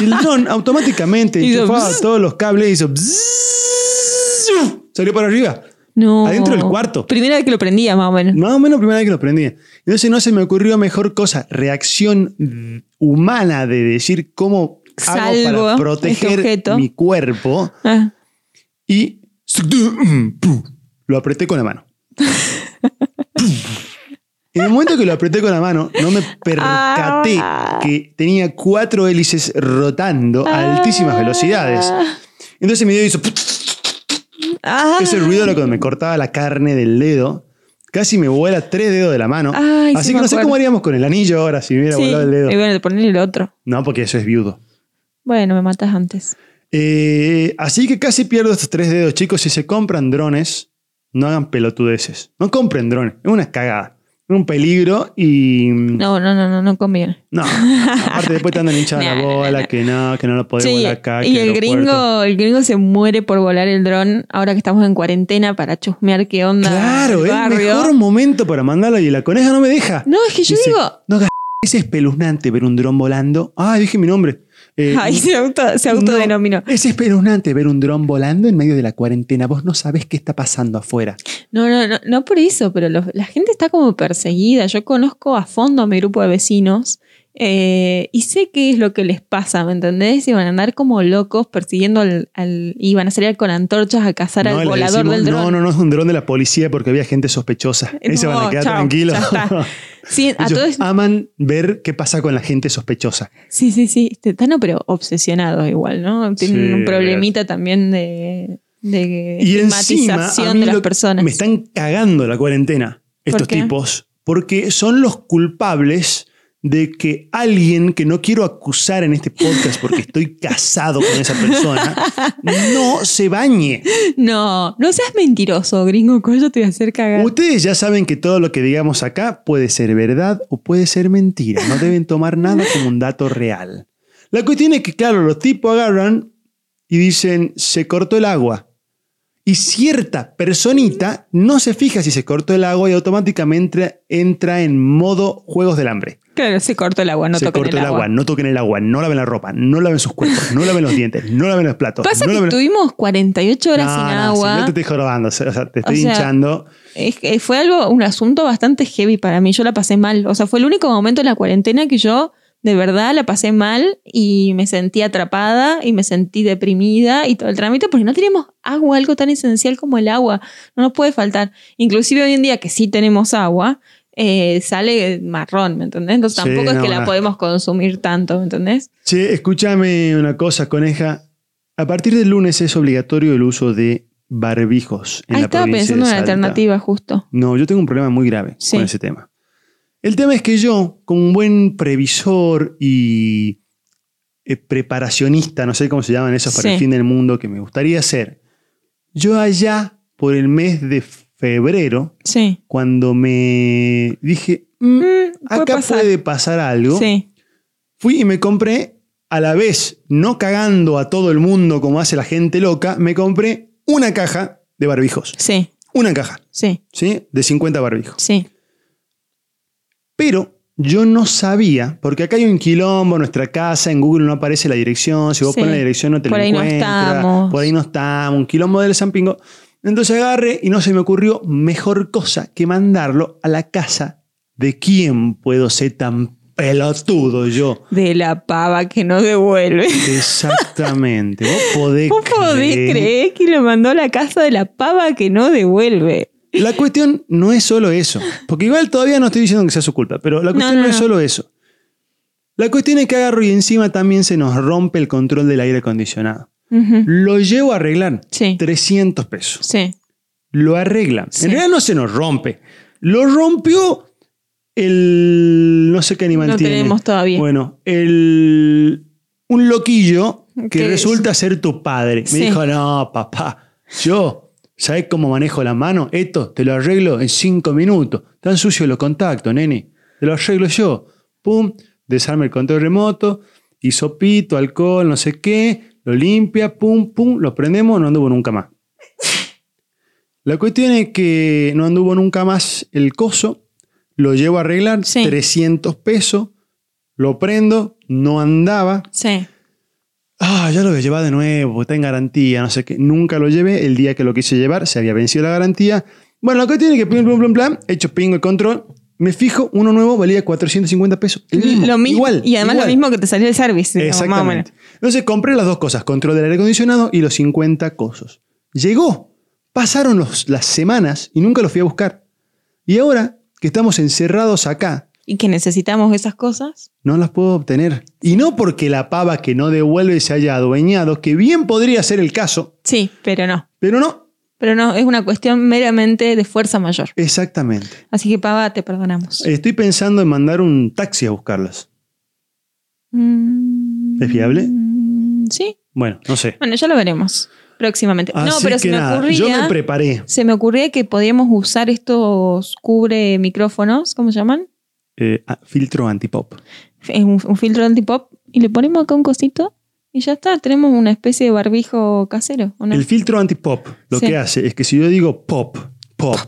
A: y el dron automáticamente
G: Hizo
A: enchufaba
G: bzz.
A: todos los cables y hizo bzz, uf, salió para arriba.
G: No.
A: Adentro del cuarto.
G: Primera vez que lo prendía, más o menos.
A: Más o menos primera vez que lo prendí. Entonces no se me ocurrió mejor cosa, reacción mm, humana de decir cómo hago
G: Salvo
A: para
G: este
A: proteger
G: objeto.
A: mi cuerpo
G: Ah,
A: y lo apreté con la mano. En el momento que lo apreté con la mano, no me percaté
G: Ah.
A: que tenía cuatro hélices rotando a altísimas velocidades. Entonces mi dedo hizo
G: Ah.
A: ese ruido lo que me cortaba la carne del dedo. Casi me vuela tres dedos de la mano.
G: Ay,
A: Así
G: sí
A: que
G: me
A: no sé
G: acuerdo.
A: cómo haríamos con el anillo ahora si me hubiera
G: Sí. Eh,
A: volado el
G: Y
A: dedo.
G: bueno, poner el otro.
A: No, porque eso es viudo.
G: Bueno, me matas antes.
A: Eh, así que casi pierdo estos tres dedos, chicos. Si se compran drones, no hagan pelotudeces. No compren drones. Es una cagada. Es un peligro y. mm,
G: No, no, no, no, no conviene.
A: No. Aparte, después te andan hinchando la
G: No, no,
A: bola, que no, que no lo podemos
G: Sí,
A: volar acá.
G: y
A: que
G: el
A: aeropuerto.
G: gringo, el gringo se muere por volar el dron ahora que estamos en cuarentena para chusmear qué onda.
A: Claro,
G: el
A: es el
G: barrio.
A: mejor momento para mandarlo y la coneja no me deja.
G: No, es que yo
A: Dice,
G: digo,
A: No, g- es espeluznante ver un dron volando. Ah, dije mi nombre. Eh,
G: Ay, se, auto, se autodenominó.
A: no, es espeluznante ver un dron volando en medio de la cuarentena. Vos no sabés qué está pasando afuera.
G: No, no, no, no por eso, pero los- la gente está como perseguida. Yo conozco a fondo a mi grupo de vecinos eh, y sé qué es lo que les pasa, ¿me entendés? Iban a andar como locos persiguiendo al. al- y van a salir con antorchas a cazar al
A: le
G: volador
A: decimos,
G: del dron.
A: No, no, no es un dron de la policía porque había gente sospechosa. Ahí se van a
G: No,
A: quedar
G: chao,
A: tranquilos.
G: ya está. Sí, a
A: Ellos ah.
G: todos,
A: aman ver qué pasa con la gente sospechosa.
G: sí, sí, sí. Están pero obsesionados igual, ¿no? Tienen
A: Sí,
G: un problemita también de, de
A: Y encima a mí
G: Eh, de las
A: lo-
G: personas.
A: me están cagando la cuarentena estos
G: qué?
A: tipos porque son los culpables de que alguien que no quiero acusar en este podcast porque estoy casado con esa persona no se bañe.
G: No, no seas mentiroso, gringo. Con eso te voy a hacer cagar.
A: Ustedes ya saben que todo lo que digamos acá puede ser verdad o puede ser mentira. No deben tomar nada como un dato real. La cuestión es que, claro, los tipos agarran y dicen, se cortó el agua. Y cierta personita no se fija si se cortó el agua y automáticamente entra en modo juegos del hambre.
G: Claro, se cortó el agua, no
A: se
G: toquen
A: cortó el agua. no toquen el agua, no laven la ropa, no laven sus cuerpos, no laven los dientes, no laven los platos.
G: Pasa
A: no
G: que
A: laven-
G: estuvimos 48 horas
A: No,
G: sin
A: no, sí,
G: agua.
A: yo te estoy jorobando, o sea, te
G: O
A: estoy
G: sea,
A: hinchando.
G: Es que fue algo, un asunto bastante heavy para mí. Yo la pasé mal. O sea, fue el único momento en la cuarentena que yo de verdad la pasé mal y me sentí atrapada y me sentí deprimida y todo el trámite porque no tenemos agua, algo tan esencial como el agua. No nos puede faltar. Inclusive hoy en día que sí tenemos agua, eh, sale marrón, ¿me entendés? Entonces
A: Sí,
G: tampoco es
A: no,
G: que la
A: no.
G: podemos consumir tanto, ¿me entendés?
A: Che, escúchame una cosa, coneja. A partir del lunes es obligatorio el uso de barbijos en
G: Ahí
A: la
G: Ah, estaba
A: provincia
G: pensando
A: de
G: en la
A: Salta.
G: alternativa justo.
A: No, yo tengo un problema muy grave
G: Sí.
A: con ese tema. El tema es que yo, como un buen previsor y eh, preparacionista, no sé cómo se llaman esos para
G: Sí.
A: el fin del mundo que me gustaría ser, yo allá por el mes de febrero,
G: Sí.
A: cuando me dije, "Mm,
G: puede
A: acá
G: pasar".
A: puede pasar algo,
G: Sí.
A: Fui y me compré, a la vez, no cagando a todo el mundo como hace la gente loca, me compré una caja de barbijos.
G: Sí,
A: Una caja,
G: sí,
A: ¿sí? De 50 barbijos.
G: sí.
A: Yo no sabía, porque acá hay un quilombo, nuestra casa, en Google no aparece la dirección, si vos
G: Sí.
A: pones la dirección no te
G: Por
A: la
G: ahí no
A: encuentra,
G: estamos.
A: por ahí no estamos, un quilombo del Zampingo. Entonces agarré y no se me ocurrió mejor cosa que mandarlo a la casa de quién puedo ser tan pelotudo yo.
G: De la pava que no devuelve.
A: Exactamente. Vos podés,
G: ¿Vos podés creer que lo mandó a la casa de la pava que no devuelve?
A: La cuestión no es solo eso. Porque igual todavía no estoy diciendo que sea su culpa, pero la cuestión no,
G: no,
A: es
G: no.
A: solo eso. La cuestión es que agarro y encima también se nos rompe el control del aire acondicionado.
G: Ujú.
A: Lo llevo a arreglar.
G: Sí.
A: 300 pesos.
G: Sí.
A: Lo arreglan.
G: Sí.
A: En realidad no se nos rompe. Lo rompió el... No sé qué animal
G: No
A: tiene.
G: tenemos todavía.
A: Bueno, el... Un loquillo que
G: Que es-
A: resulta ser tu padre. Me
G: Sí.
A: dijo, no, papá, yo, ¿sabes cómo manejo la mano? Esto te lo arreglo en cinco minutos. Tan sucio los contactos, nene. Te lo arreglo yo. Pum, desarma el control remoto, hisopito, alcohol, no sé qué, lo limpia, pum, pum, lo prendemos, no anduvo nunca más. La cuestión es que no anduvo nunca más el coso, lo llevo a arreglar,
G: Sí.
A: 300 pesos, lo prendo, no andaba,
G: Sí.
A: Ah, ya lo voy a llevar de nuevo, está en garantía, no sé qué. Nunca lo llevé. El día que lo quise llevar, se había vencido la garantía. Bueno, lo que tiene que, plum, plum, plum, plum, hecho pingo el control. Me fijo, uno nuevo valía 450 pesos. El mismo,
G: Lo mismo.
A: Igual.
G: y además
A: igual.
G: lo mismo que te salió el service. digamos, más o menos.
A: Exactamente. Entonces compré las dos cosas, control del aire acondicionado y los 50 cosos. Llegó. Pasaron los- las semanas y nunca los fui a buscar. Y ahora que estamos encerrados acá,
G: Y que necesitamos esas cosas.
A: no las puedo obtener. Y no porque la pava que no devuelve se haya adueñado, que bien podría ser el caso,
G: Sí, pero no.
A: pero no,
G: Pero no, es una cuestión meramente de fuerza mayor.
A: exactamente.
G: Así que, pava, te perdonamos.
A: Estoy pensando en mandar un taxi a buscarlas.
G: Mm,
A: ¿Es fiable?
G: mm, Sí.
A: Bueno, no sé.
G: Bueno, ya lo veremos próximamente. no,
A: Así
G: pero
A: que
G: se me
A: nada,
G: ocurría.
A: yo me preparé.
G: se me ocurría que podíamos usar estos cubre micrófonos, ¿cómo se llaman?
A: Eh, ah, filtro antipop.
G: F- eh, Un, un filtro antipop y le ponemos acá un cosito y ya está, tenemos una especie de barbijo casero, ¿o no?
A: El filtro antipop lo
G: Sí.
A: que hace es que si yo digo pop, pop,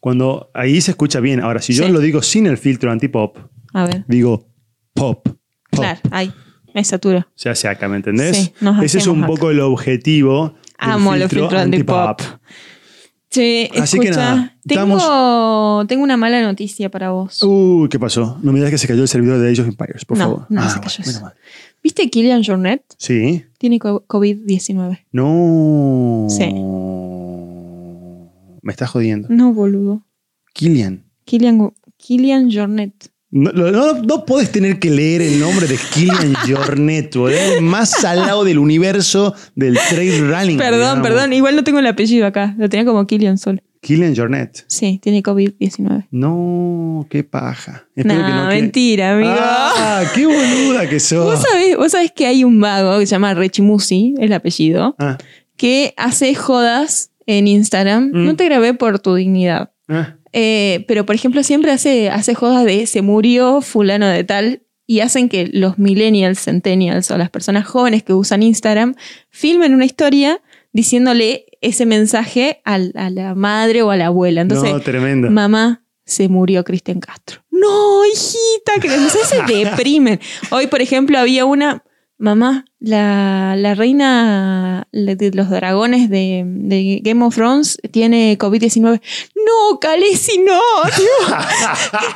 A: cuando ahí se escucha bien. Ahora, si yo
G: Sí.
A: lo digo sin el filtro antipop,
G: A ver,
A: digo pop, pop.
G: claro, ahí, me satura.
A: Se hace acá, ¿me entendés?
G: Sí, nos
A: Ese es
G: hacemos
A: un
G: acá.
A: poco el objetivo. del
G: Amo los filtros antipop. Che,
A: Así que
G: escucha,
A: nada,
G: tengo,
A: estamos- Uh.
G: tengo una mala noticia para vos.
A: Uy, ¿qué pasó? No me digas que se cayó el servidor de Age of Empires, por
G: No,
A: favor.
G: no,
A: Ah,
G: se
A: bueno,
G: cayó
A: menos
G: eso.
A: mal.
G: ¿Viste que Kilian Jornet?
A: Sí.
G: Tiene co- COVID-19.
A: No.
G: Sí.
A: Me estás jodiendo.
G: No, boludo.
A: Killian.
G: Kilian, Kilian Jornet.
A: No, no- no- no podés tener que leer el nombre de Killian Jornet, boludo. El más salado del universo del trail rallying.
G: Perdón,
A: digamos.
G: perdón, igual no tengo el apellido acá, lo tenía como Kilian solo.
A: Killian Jornet.
G: Sí, tiene COVID-19. No,
A: qué paja.
G: No,
A: Espero que no quede-
G: mentira, amigo.
A: Ah, qué boluda que
G: ¿Vos,
A: sos.
G: sabés, vos sabés que hay un vago que se llama Rechimusi, el apellido,
A: Ah,
G: que hace jodas en Instagram.
A: Mm.
G: No te grabé por tu dignidad.
A: ah.
G: Eh, pero, por ejemplo, siempre hace, hace jodas de se murió fulano de tal y hacen que los millennials, centennials o las personas jóvenes que usan Instagram filmen una historia diciéndole ese mensaje al- a, la madre o a la abuela. Entonces,
A: no, tremendo.
G: Mamá, se murió Cristian Castro. No, hijita, que no sé, se deprimen. Hoy, por ejemplo, había una. Mamá, la, la reina la- de los dragones de, de Game of Thrones tiene COVID-19. No, Calesi, no.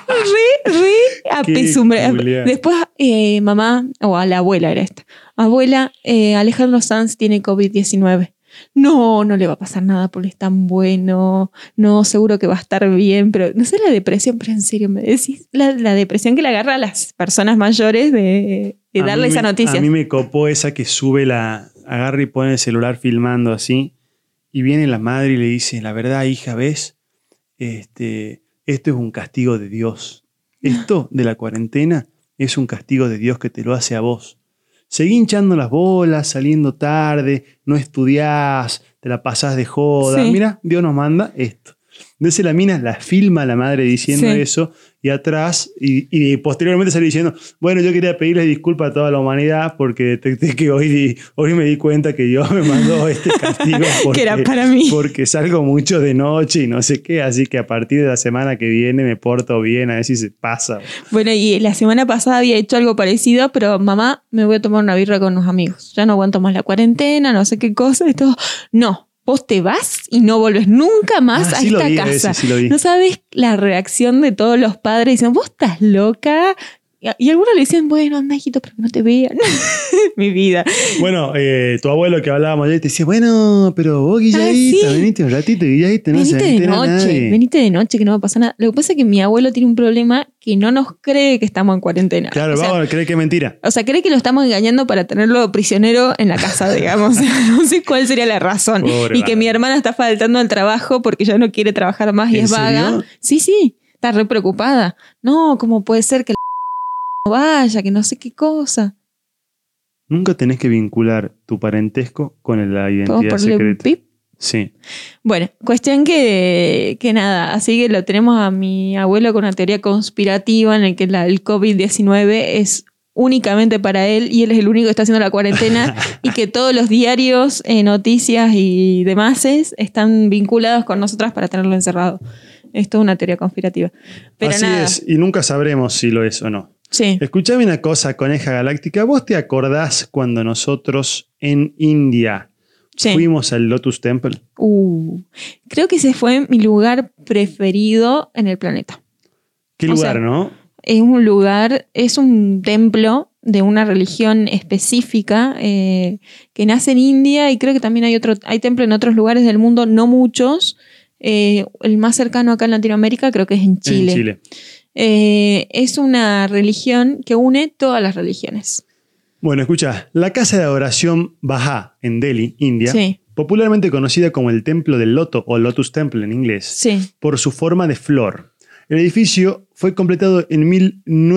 G: re, re apesumbre.
A: culiá.
G: Después, eh, mamá, o a la abuela era esta. Abuela, eh, Alejandro Sanz tiene COVID-19. No, no le va a pasar nada porque es tan bueno. No, seguro que va a estar bien, pero no sé la depresión, pero en serio, me decís la, la depresión que le agarra a las personas mayores de, de
A: A
G: darle
A: mí
G: esa
A: me-
G: noticia.
A: A mí me copó esa que sube la. Agarra y pone el celular filmando así. Y viene la madre y le dice: La verdad, hija, ves, este, esto es un castigo de Dios. Esto de la cuarentena es un castigo de Dios que te lo hace a vos. Seguí hinchando las bolas, saliendo tarde, no estudiás, te la pasás de joda.
G: Sí.
A: Mira, Dios nos manda esto. Entonces la mina la filma a la madre diciendo
G: Sí.
A: eso y atrás, y, y posteriormente salí diciendo, bueno, yo quería pedirle disculpas a toda la humanidad porque detecté que hoy, di- hoy me di cuenta que yo me mandó este castigo porque,
G: Que era para mí.
A: porque salgo mucho de noche y no sé qué, así que a partir de la semana que viene me porto bien, a ver si se pasa.
G: Bueno, y la semana pasada había hecho algo parecido, pero mamá, me voy a tomar una birra con unos amigos. Ya no aguanto más la cuarentena, no sé qué cosa, y todo. No, vos te vas y no volves nunca más
A: Ah,
G: a
A: sí lo
G: esta
A: vi,
G: casa.
A: ese sí lo vi.
G: No sabes la reacción de todos los padres. Dicen, vos estás loca. Y, a- y algunos le dicen, bueno, anda, hijito, pero que no te vean. Mi vida.
A: Bueno, eh, tu abuelo que hablábamos ayer te decía, bueno, pero vos, Guilladita,
G: Ah, sí.
A: venite un ratito, Guilladita, no se
G: venite de
A: entera
G: noche,
A: nadie.
G: venite de noche, que no va a pasar nada. Lo que pasa es que mi abuelo tiene un problema que no nos cree que estamos en cuarentena.
A: Claro,
G: O sea,
A: vamos, cree que es mentira.
G: O sea, cree que lo estamos engañando para tenerlo prisionero en la casa, digamos. no sé cuál sería la razón.
A: Pobre
G: y que
A: vago.
G: mi hermana está faltando al trabajo porque ya no quiere trabajar más y
A: ¿En
G: es vaga.
A: serio?
G: Sí, sí, está re preocupada. No, ¿cómo puede ser que la no vaya, que no sé qué cosa?
A: Nunca tenés que vincular tu parentesco con la
G: Podemos
A: identidad
G: ponerle un
A: secreta.
G: pip.
A: Sí.
G: Bueno, cuestión que, que nada, así que lo tenemos a mi abuelo con una teoría conspirativa en el que la- el COVID-19 es únicamente para él y él es el único que está haciendo la cuarentena y que todos los diarios, eh, noticias y demás están vinculados con nosotras para tenerlo encerrado. Esto es una teoría conspirativa. Pero
A: Así
G: nada,
A: es, Eh, y nunca sabremos si lo es o no.
G: sí.
A: Escuchame una cosa, coneja galáctica. ¿Vos te acordás cuando nosotros en India
G: Sí.
A: fuimos al Lotus Temple?
G: Uh, creo que ese fue mi lugar preferido en el planeta.
A: Qué
G: O
A: lugar,
G: sea,
A: ¿no?
G: es un lugar, es un templo de una religión específica eh, que nace en India y creo que también hay otro, hay templo en otros lugares del mundo, no muchos. Eh, el más cercano acá en Latinoamérica creo que es en Chile.
A: En Chile.
G: Eh, es una religión que une todas las religiones.
A: Bueno, escucha, la casa de adoración Baha en Delhi, India,
G: Sí,
A: popularmente conocida como el Templo del Loto o Lotus Temple en inglés,
G: sí.
A: por su forma de flor. El edificio fue completado en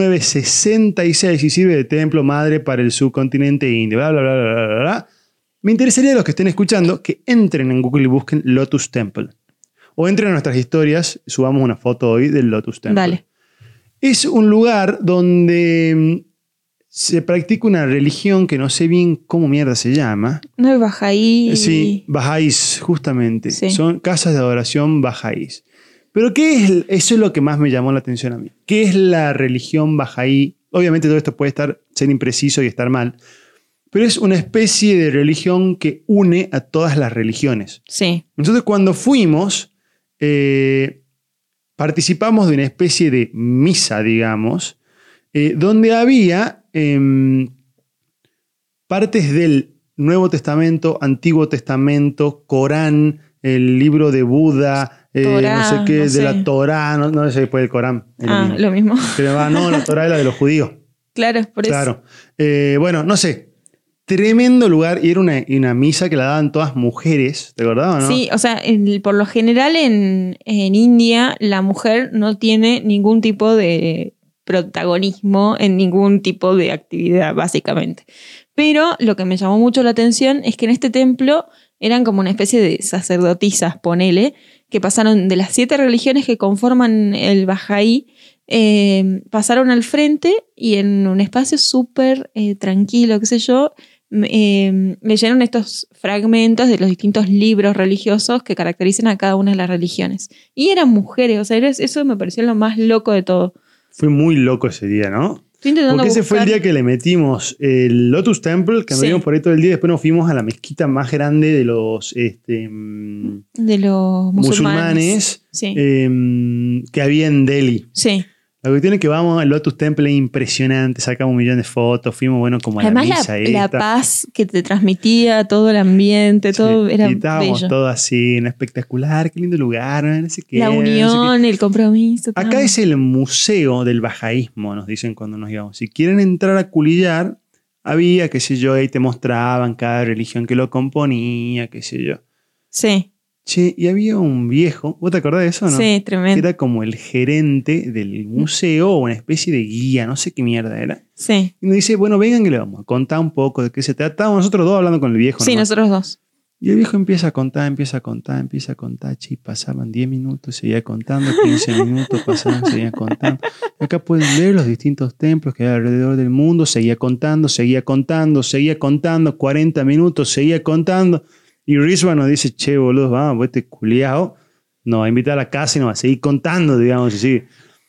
A: 1966 y sirve de templo madre para el subcontinente indio. Bla, bla, bla, bla, bla, bla, bla. Me interesaría a los que estén escuchando que entren en Google y busquen Lotus Temple. O entren a nuestras historias, subamos una foto hoy del Lotus Temple.
G: Dale.
A: Es un lugar donde mm, se practica una religión que no sé bien cómo mierda se llama.
G: No es Bajaí.
A: Eh, Sí, bajáis, justamente.
G: Sí.
A: Son casas de adoración bajáis. Pero ¿qué es? Eso es lo que más me llamó la atención a mí. ¿Qué es la religión bajáí? Obviamente todo esto puede estar, ser impreciso y estar mal, pero es una especie de religión que une a todas las religiones.
G: Sí,
A: Entonces cuando fuimos, eh, participamos de una especie de misa, digamos, eh, donde había em, partes del Nuevo Testamento, Antiguo Testamento, Corán, el libro de Buda, eh,
G: Torá,
A: no sé qué,
G: no
A: de
G: sé.
A: la Torá, no, no sé después del Corán. el
G: ah,
A: mismo.
G: lo mismo.
A: Pero, ah, no, la Torá es la de los judíos.
G: Claro, por eso.
A: Claro. Eh, bueno, no sé. Tremendo lugar. Y era una, y una misa que la daban todas mujeres, ¿te acordás o no?
G: Sí, o sea, en- por lo general en, en India la mujer no tiene ningún tipo de protagonismo en ningún tipo de actividad, básicamente. Pero lo que me llamó mucho la atención es que en este templo eran como una especie de sacerdotisas, ponele, que pasaron de las siete religiones que conforman el Bajaí, eh, pasaron al frente y en un espacio súper eh, tranquilo, qué sé yo, m- eh, leyeron estos fragmentos de los distintos libros religiosos que caracterizan a cada una de las religiones. Y eran mujeres, o sea, era- eso me pareció lo más loco de todo.
A: Fue muy loco ese día, ¿no?
G: Estoy intentando
A: Porque ese fue el día
G: buscar-
A: que le metimos eh, el Lotus Temple, que
G: Sí.
A: anduvimos por ahí todo el día, y después nos fuimos a la mezquita más grande de los este, mm,
G: de los musulmanes.
A: musulmanes
G: Sí.
A: em, que había en Delhi.
G: sí.
A: La cuestión es que vamos al Lotus Temple, es impresionante, sacamos un millón de fotos, fuimos, bueno, como a
G: Además,
A: la
G: la,
A: misa
G: la
A: esta.
G: paz que te transmitía, todo el ambiente, todo
A: Sí,
G: era
A: y estábamos
G: bello.
A: todo así, en espectacular, qué lindo lugar, no sé qué.
G: la
A: no sé qué.
G: unión, el compromiso.
A: Acá
G: todo.
A: es el museo del bajaísmo, nos dicen cuando nos íbamos. Si quieren entrar a culillar, había, qué sé yo, ahí te mostraban cada religión que lo componía, qué sé yo.
G: Sí,
A: Che, y había un viejo, ¿vos te acordás de eso o no?
G: sí,
A: Que
G: tremendo.
A: Era como el gerente del museo o una especie de guía, no sé qué mierda era.
G: Sí,
A: Y nos dice, bueno, vengan que le vamos a contar un poco de qué se trata. Estábamos nosotros dos hablando con el viejo.
G: sí,
A: nomás.
G: nosotros dos.
A: Y el viejo empieza a contar, empieza a contar, empieza a contar, chi, pasaban 10 minutos, seguía contando, 15 minutos, pasaban, seguía contando. Acá pueden ver los distintos templos que hay alrededor del mundo, seguía contando, seguía contando, seguía contando, 40 minutos, seguía contando. Y Rizwan nos dice, che, boludo, vamos, vos este culiao, nos va a invitar a la casa y nos va a seguir contando, digamos, y sigue.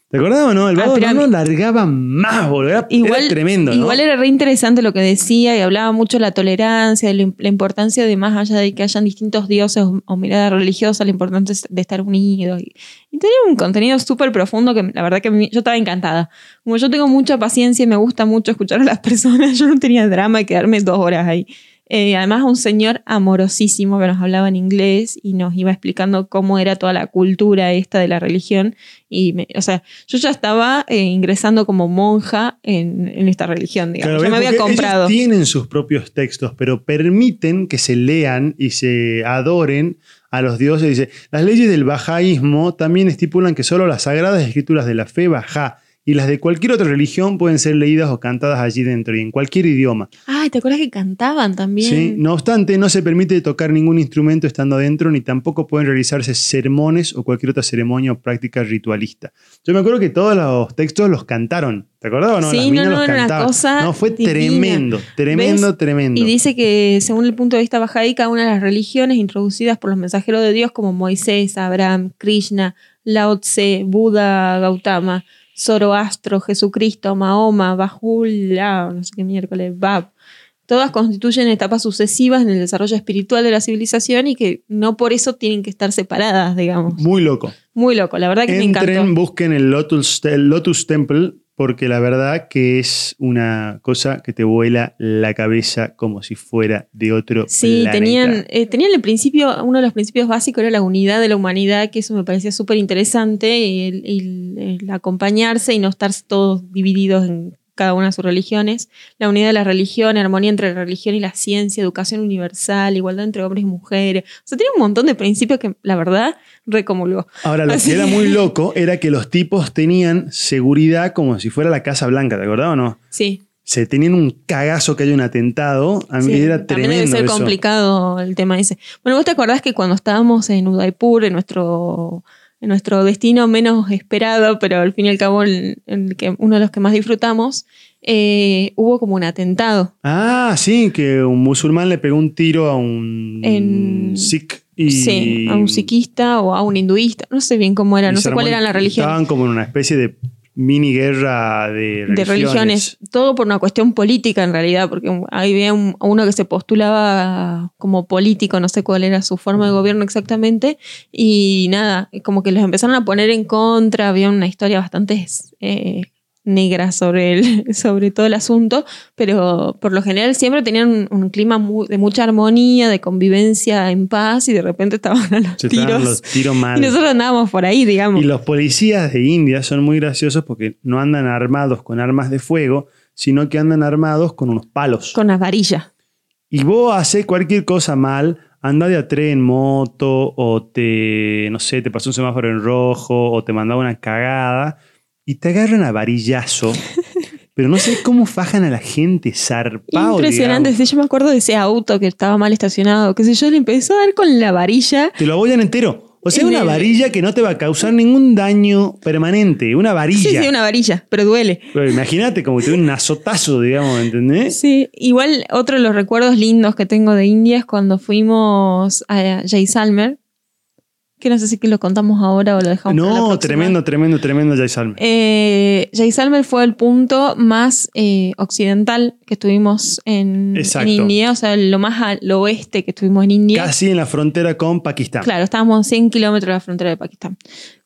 A: ¿Te acordás o no? El
G: Ah,
A: vago
G: pero a
A: no
G: mí-
A: largaba más, boludo, era, era
G: Igual,
A: tremendo, ¿no?
G: igual era re interesante lo que decía y hablaba mucho de la tolerancia, de la im- la importancia de más allá de que hayan distintos dioses o, o miradas religiosas, la importancia es de estar unidos. Y, y tenía un contenido súper profundo que la verdad que a mí- yo estaba encantada. Como yo tengo mucha paciencia y me gusta mucho escuchar a las personas, yo no tenía drama de quedarme dos horas ahí. Eh, además, un señor amorosísimo que nos hablaba en inglés y nos iba explicando cómo era toda la cultura esta de la religión. Y me- o sea, yo ya estaba eh, ingresando como monja en, en esta religión, digamos.
A: Claro,
G: ya me
A: ¿ves?
G: había
A: Porque
G: comprado.
A: Ellos tienen sus propios textos, pero permiten que se lean y se adoren a los dioses. Dice, las leyes del bajaísmo también estipulan que solo las sagradas escrituras de la fe bajá y las de cualquier otra religión pueden ser leídas o cantadas allí dentro y en cualquier idioma.
G: Ay, ¿te acuerdas que cantaban también?
A: ¿sí? No obstante, no se permite tocar ningún instrumento estando adentro ni tampoco pueden realizarse sermones o cualquier otra ceremonia o práctica ritualista. Yo me acuerdo que todos los textos los cantaron. ¿Te acordás o no?
G: Sí,
A: Las
G: no,
A: minas
G: no,
A: los
G: era una
A: cantaban.
G: cosa
A: No, fue
G: divina.
A: tremendo, tremendo, tremendo.
G: Y dice que, según el punto de vista bahá'í, cada una de las religiones introducidas por los mensajeros de Dios, como Moisés, Abraham, Krishna, Lao Tse, Buda, Gautama, Zoroastro, Jesucristo, Mahoma, Bahula, no sé qué miércoles, Bab, todas constituyen etapas sucesivas en el desarrollo espiritual de la civilización y que no por eso tienen que estar separadas, digamos.
A: Muy loco.
G: Muy loco, la verdad Ah, que me
A: Entren,
G: encantó.
A: busquen el Lotus, el Lotus Temple, porque la verdad que es una cosa que te vuela la cabeza como si fuera de otro
G: Sí,
A: planeta.
G: tenían, eh, tenían el principio, uno de los principios básicos era la unidad de la humanidad, que eso me parecía súper interesante, y el, el- el acompañarse y no estar todos divididos en cada una de sus religiones, la unidad de la religión, armonía entre la religión y la ciencia, educación universal, igualdad entre hombres y mujeres. O sea, tiene un montón de principios que la verdad recomulgó.
A: Ahora, lo
G: Así-
A: que era muy loco era que los tipos tenían seguridad como si fuera la Casa Blanca, ¿te acordás o no?
G: Sí,
A: Se tenían un cagazo que hay un atentado. A mí
G: Sí,
A: era
G: también
A: tremendo.
G: debe ser
A: eso.
G: complicado el tema ese. Bueno, vos te acordás que cuando estábamos en Udaipur, en nuestro, en nuestro destino menos esperado, pero al fin y al cabo el- el que, uno de los que más disfrutamos, eh, hubo como un atentado.
A: Ah, sí, que un musulmán le pegó un tiro a un
G: En-
A: sikh y
G: Sí, a un psiquista o a un hinduista, no sé bien cómo era,
A: Y
G: no sé
A: se
G: cuál
A: armó-
G: era la religión.
A: Estaban como en una especie de mini guerra de
G: de
A: religiones.
G: religiones, todo por una cuestión política en realidad, porque un- ahí había un- uno que se postulaba como político, no sé cuál era su forma de gobierno exactamente, y nada, como que los empezaron a poner en contra, había una historia bastante eh, negra sobre, el, sobre todo el asunto, pero por lo general siempre tenían un, un clima mu- de mucha armonía, de convivencia en paz, y de repente estaban a los
A: Se estaban
G: tiros.
A: los tiros mal.
G: y nosotros andábamos por ahí, digamos.
A: Y los policías de India son muy graciosos porque no andan armados con armas de fuego, sino que andan armados con unos palos.
G: con las varillas.
A: Y vos haces cualquier cosa mal, andá de a tres en moto, o te, no sé, te pasó un semáforo en rojo, o te mandaba una cagada, y te agarran a varillazo. Pero no sé cómo fajan a la gente zarpado.
G: Impresionante,
A: digamos.
G: sí, yo me acuerdo de ese auto que estaba mal estacionado, qué sé yo, le empezó a dar con la varilla.
A: Te lo abollan entero. O sea,
G: En
A: una
G: el-
A: varilla que no te va a causar ningún daño permanente. Una varilla.
G: Sí, sí, una varilla, pero duele.
A: Pero Imagínate como que te dio un azotazo, digamos, ¿entendés?
G: Sí, igual otro de los recuerdos lindos que tengo de India es cuando fuimos a Jay Salmer, que no sé si que lo contamos ahora o lo dejamos para la
A: no,
G: próxima.
A: tremendo, tremendo, tremendo, Jay Salmer.
G: Eh, Jaisalmer fue el punto más eh, occidental que estuvimos en, en
A: Exacto.
G: India, o sea, lo más al oeste que estuvimos en India.
A: Casi en la frontera con Pakistán.
G: Claro, estábamos 100 kilómetros de la frontera de Pakistán.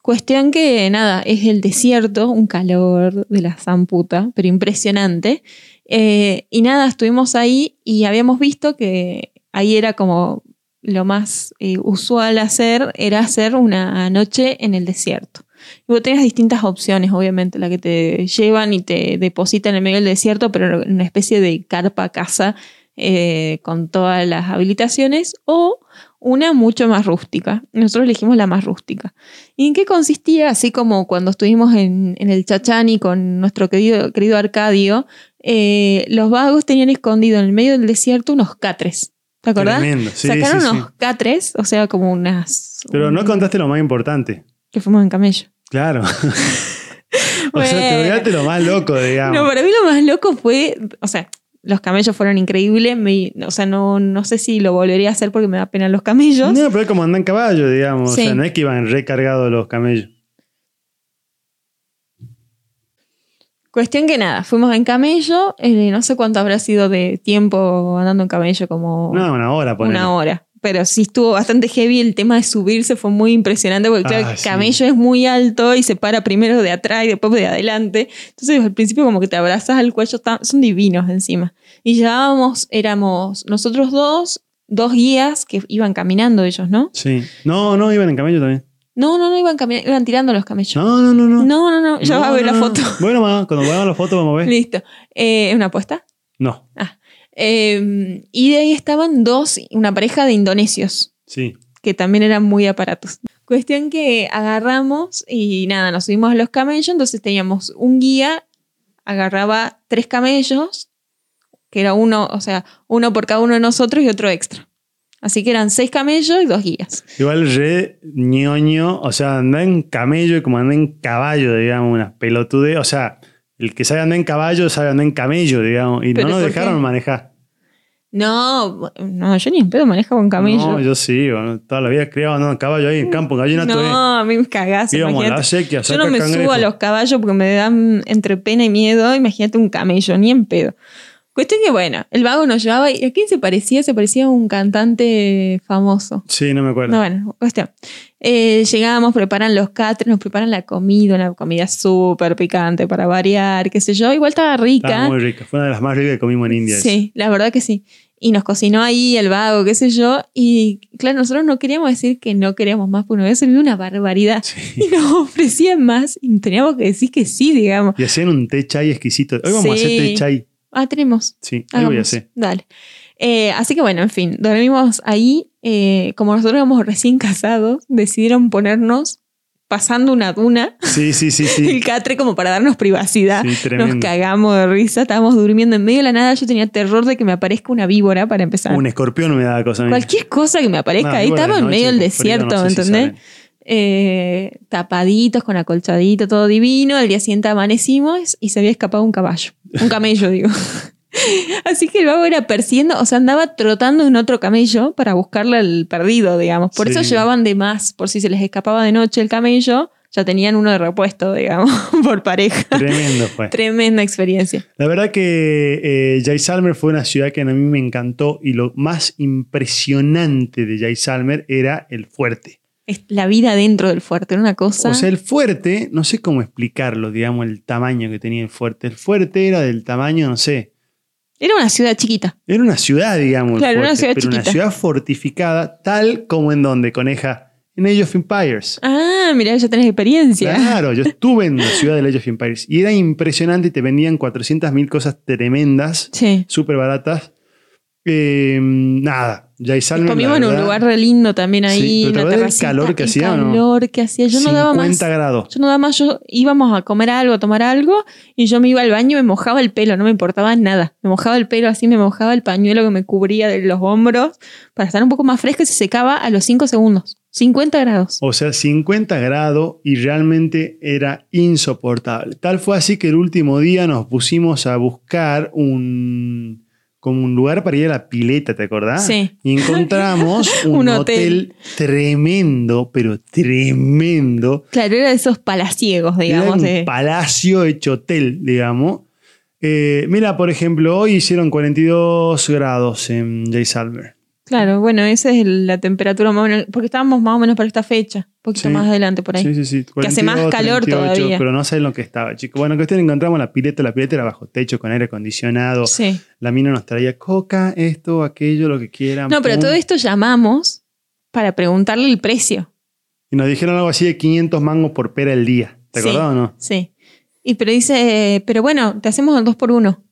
G: Cuestión que, nada, es el desierto, un calor de la zamputa, pero impresionante. Eh, y nada, estuvimos ahí y habíamos visto que ahí era como lo más eh, usual hacer, era hacer una noche en el desierto. Y vos tenías distintas opciones, obviamente, la que te llevan y te depositan en el medio del desierto, pero en una especie de carpa casa eh, con todas las habilitaciones, o una mucho más rústica. Nosotros elegimos la más rústica. ¿Y en qué consistía? Así como cuando estuvimos en, en el Chachani con nuestro querido, querido Arcadio, eh, los vagos tenían escondido en el medio del desierto unos catres. ¿Te acordás?
A: Tremendo, sí,
G: Sacaron
A: sí, sí.
G: unos catres, o sea, como unas.
A: Pero no
G: un-
A: contaste lo más importante.
G: Que fuimos en camello.
A: Claro. o sea, te
G: Bueno.
A: olvidaste lo más loco, digamos.
G: No, para mí lo más loco fue, o sea, los camellos fueron increíbles, me- o sea, no, no sé si lo volvería a hacer porque me da pena los camellos.
A: No, pero es como andan en caballo, digamos. O
G: Sí.
A: sea, no es que iban recargados los camellos.
G: Cuestión que nada, fuimos en camello, eh, no sé cuánto habrá sido de tiempo andando en camello, como
A: No, una hora, ponele.
G: Oh. una hora. Pero sí estuvo bastante heavy el tema de subirse, fue muy impresionante porque claro,
A: Ah,
G: el
A: sí.
G: camello es muy alto y se para primero de atrás y después de adelante. Entonces al principio como que te abrazas al cuello, está- son divinos encima. Y llevábamos, éramos nosotros dos, dos guías que iban caminando ellos, ¿no?
A: Sí. No, no, iban en camello también.
G: No, no, no iban caminando, iban tirando los camellos.
A: No, no, no, no.
G: No, no, no, ya
A: No,
G: va a ver
A: no,
G: la
A: no.
G: foto.
A: Bueno, mamá, cuando veamos la foto vamos a ver.
G: Listo. Eh, ¿Es una apuesta?
A: No,
G: Eh, y de ahí estaban dos, una pareja de indonesios,
A: sí.
G: que también eran muy aparatos. Cuestión que agarramos y nada, nos subimos a los camellos, entonces teníamos un guía, agarraba tres camellos, que era uno, o sea, uno por cada uno de nosotros y otro extra. Así que eran seis camellos y dos guías.
A: Igual re ñoño, o sea, andar en camello y como andar en caballo, digamos, unas pelotudes. O sea, el que sabe andar en caballo sabe andar en camello, digamos, y no
G: ¿Pero
A: nos
G: por
A: dejaron
G: qué?
A: manejar.
G: No, no, yo ni en pedo manejo con camello.
A: No, yo sí, bueno, toda la vida criado andando en caballo ahí en campo, en gallina
G: no,
A: tuve.
G: a mí me cagás,
A: Íbamos a la
G: imagínate.
A: sequía,
G: Yo no me subo
A: cangrejo.
G: a los caballos porque me dan entre pena y miedo. Imagínate un camello, ni en pedo. Cuestión que, bueno, el vago nos llevaba y ¿a quién se parecía? Se parecía a un cantante famoso.
A: Sí, no me acuerdo.
G: No, bueno, cuestión. Eh, llegamos, preparan los catres, nos preparan la comida, una comida súper picante para variar, qué sé yo. Igual estaba rica.
A: Estaba muy rica. Fue una de las más ricas que comimos en India. esa.
G: Sí, la verdad que sí. Y nos cocinó ahí el vago, qué sé yo. Y claro, nosotros no queríamos decir que no queríamos más, porque nos había servido una barbaridad. Y nos ofrecían más y teníamos que decir que sí, digamos.
A: Y hacían un té chai exquisito. Hoy vamos a hacer
G: Sí.
A: té chai.
G: Ah, tenemos.
A: Sí, hoy voy a
G: Hagamos.
A: hacer.
G: Dale. Eh, así que bueno, en fin, dormimos ahí. Eh, como nosotros éramos recién casados, decidieron ponernos pasando una duna
A: Sí, sí, sí,
G: el
A: sí.
G: catre como para darnos privacidad.
A: Sí,
G: Nos
A: tremendo.
G: cagamos de risa, estábamos durmiendo en medio de la nada. Yo tenía terror de que me aparezca una víbora para empezar.
A: Un escorpión me daba cosa a mí.
G: Cualquier cosa que me aparezca
A: No,
G: ahí,
A: igual a la
G: estaba en
A: noche,
G: medio del
A: con frío,
G: desierto,
A: no sé si
G: ¿entendés?
A: saben.
G: Eh, tapaditos, con acolchadito, todo divino. Al día siguiente amanecimos y se había escapado un caballo, un camello, digo. Así que el vago era persiguiendo, o sea, andaba trotando en otro camello para buscarle al perdido, digamos. Por eso
A: Sí.
G: llevaban de más, por si se les escapaba de noche el camello, ya tenían uno de repuesto, digamos, por pareja.
A: Tremendo fue.
G: Tremenda experiencia.
A: La verdad que eh, Jaisalmer fue una ciudad que a mí me encantó y lo más impresionante de Jaisalmer era el fuerte.
G: Es la vida dentro del fuerte, era una cosa.
A: O sea, el fuerte, no sé cómo explicarlo, digamos, el tamaño que tenía el fuerte. El fuerte era del tamaño, no sé,
G: era una ciudad chiquita.
A: era una ciudad, digamos, el
G: Claro, era una
A: fuerte,
G: ciudad
A: pero una
G: chiquita.
A: ciudad fortificada, tal como en donde, coneja, en Age of Empires.
G: Ah, mirá, ya tenés experiencia.
A: Claro, yo estuve en la ciudad de Age of Empires y era impresionante y te vendían 400.000 cosas tremendas,
G: Sí.
A: súper baratas. Eh, nada, ya hay
G: Y
A: salme.
G: comimos en un lugar re lindo también ahí,
A: Sí, pero ¿te
G: una
A: acordás del
G: terracita,
A: calor que
G: el
A: hacía o no?
G: calor que hacía. Yo no daba más.
A: 50 grados.
G: Yo no daba más, yo íbamos a comer algo, a tomar algo, y yo me iba al baño y me mojaba el pelo, no me importaba nada. Me mojaba el pelo así, me mojaba el pañuelo que me cubría de los hombros para estar un poco más fresca y se secaba a los 5 segundos. 50 grados.
A: O sea, 50 grados y realmente era insoportable. Tal fue así que el último día nos pusimos a buscar un como un lugar para ir a la pileta, ¿te acordás?
G: Sí.
A: Y encontramos un,
G: Un
A: hotel.
G: hotel.
A: tremendo, pero tremendo.
G: Claro, era de esos palaciegos,
A: Era
G: digamos. eh.
A: un
G: de-
A: palacio hecho hotel, digamos. Eh, mira, por ejemplo, hoy hicieron 42 grados en Jaisalmer.
G: Claro, bueno, esa es el- la temperatura más o menos, porque estábamos más o menos para esta fecha, un poquito
A: Sí.
G: más adelante por ahí.
A: Sí, sí, sí.
G: Que hace más calor todavía.
A: Pero no saben lo que estaba, chicos. Bueno, que usted encontramos la pileta, la pileta era bajo techo, con aire acondicionado.
G: Sí.
A: La mina nos traía coca, esto, aquello, lo que quieran.
G: No, pero
A: pum.
G: todo esto llamamos para preguntarle el precio.
A: Y nos dijeron algo así de 500 mangos por pera el día. ¿Te
G: Sí.
A: acordás o no?
G: Sí. Y pero dice, pero bueno, te hacemos el 2 por 1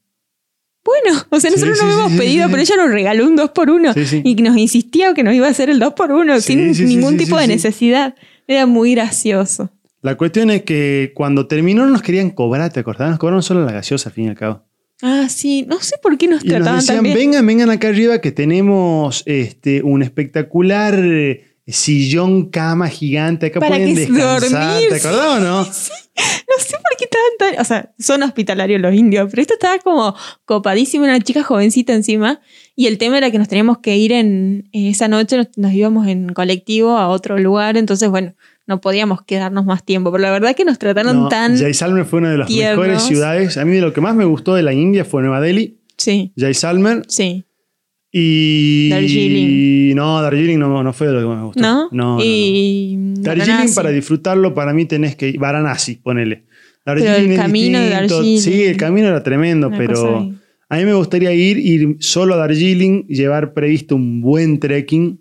G: Bueno, o sea,
A: Sí,
G: nosotros
A: sí,
G: no
A: sí,
G: habíamos
A: sí,
G: pedido,
A: sí,
G: pero
A: sí.
G: ella nos regaló un 2 por 1
A: Sí, sí.
G: y nos insistía que nos iba a hacer el 2 por 1
A: Sí,
G: sin
A: sí, sí,
G: ningún
A: sí,
G: tipo
A: sí,
G: de
A: sí.
G: necesidad. Era muy gracioso.
A: La cuestión es que cuando terminó no nos querían cobrar, ¿te acordás? Nos cobraron solo la gaseosa, al fin y al cabo.
G: Ah, sí. No sé por qué nos
A: Y nos
G: trataban
A: decían,
G: tan bien.
A: vengan, vengan acá arriba que tenemos este, un espectacular eh, sillón, cama gigante, acá
G: Para
A: pueden
G: que
A: descansar.
G: dormir.
A: ¿Te acordás o no?
G: No sé por qué estaban tan. O sea, son hospitalarios los indios, pero esto estaba como copadísimo, una chica jovencita encima. Y el tema era que nos teníamos que ir en. en esa noche nos, nos íbamos en colectivo a otro lugar, entonces, bueno, no podíamos quedarnos más tiempo. Pero la verdad que nos trataron
A: No,
G: tan.
A: Jaisalmer fue una de las
G: tiernos.
A: mejores ciudades. A mí de lo que más me gustó de la India fue Nueva Delhi,
G: Sí,
A: Jaisalmer
G: sí.
A: y...
G: Darjeeling.
A: No, Darjeeling no, no fue de lo que más me gustó.
G: ¿No?
A: No, no,
G: y.
A: no.
G: Varanasi.
A: Darjeeling para disfrutarlo para mí tenés que ir. Varanasi, ponele.
G: el
A: Darjeeling es
G: camino de
A: distinto.
G: Darjeeling.
A: Sí, el camino era tremendo,
G: Una
A: pero...
G: cosa ahí.
A: A mí me gustaría ir, ir solo a Darjeeling, llevar previsto un buen trekking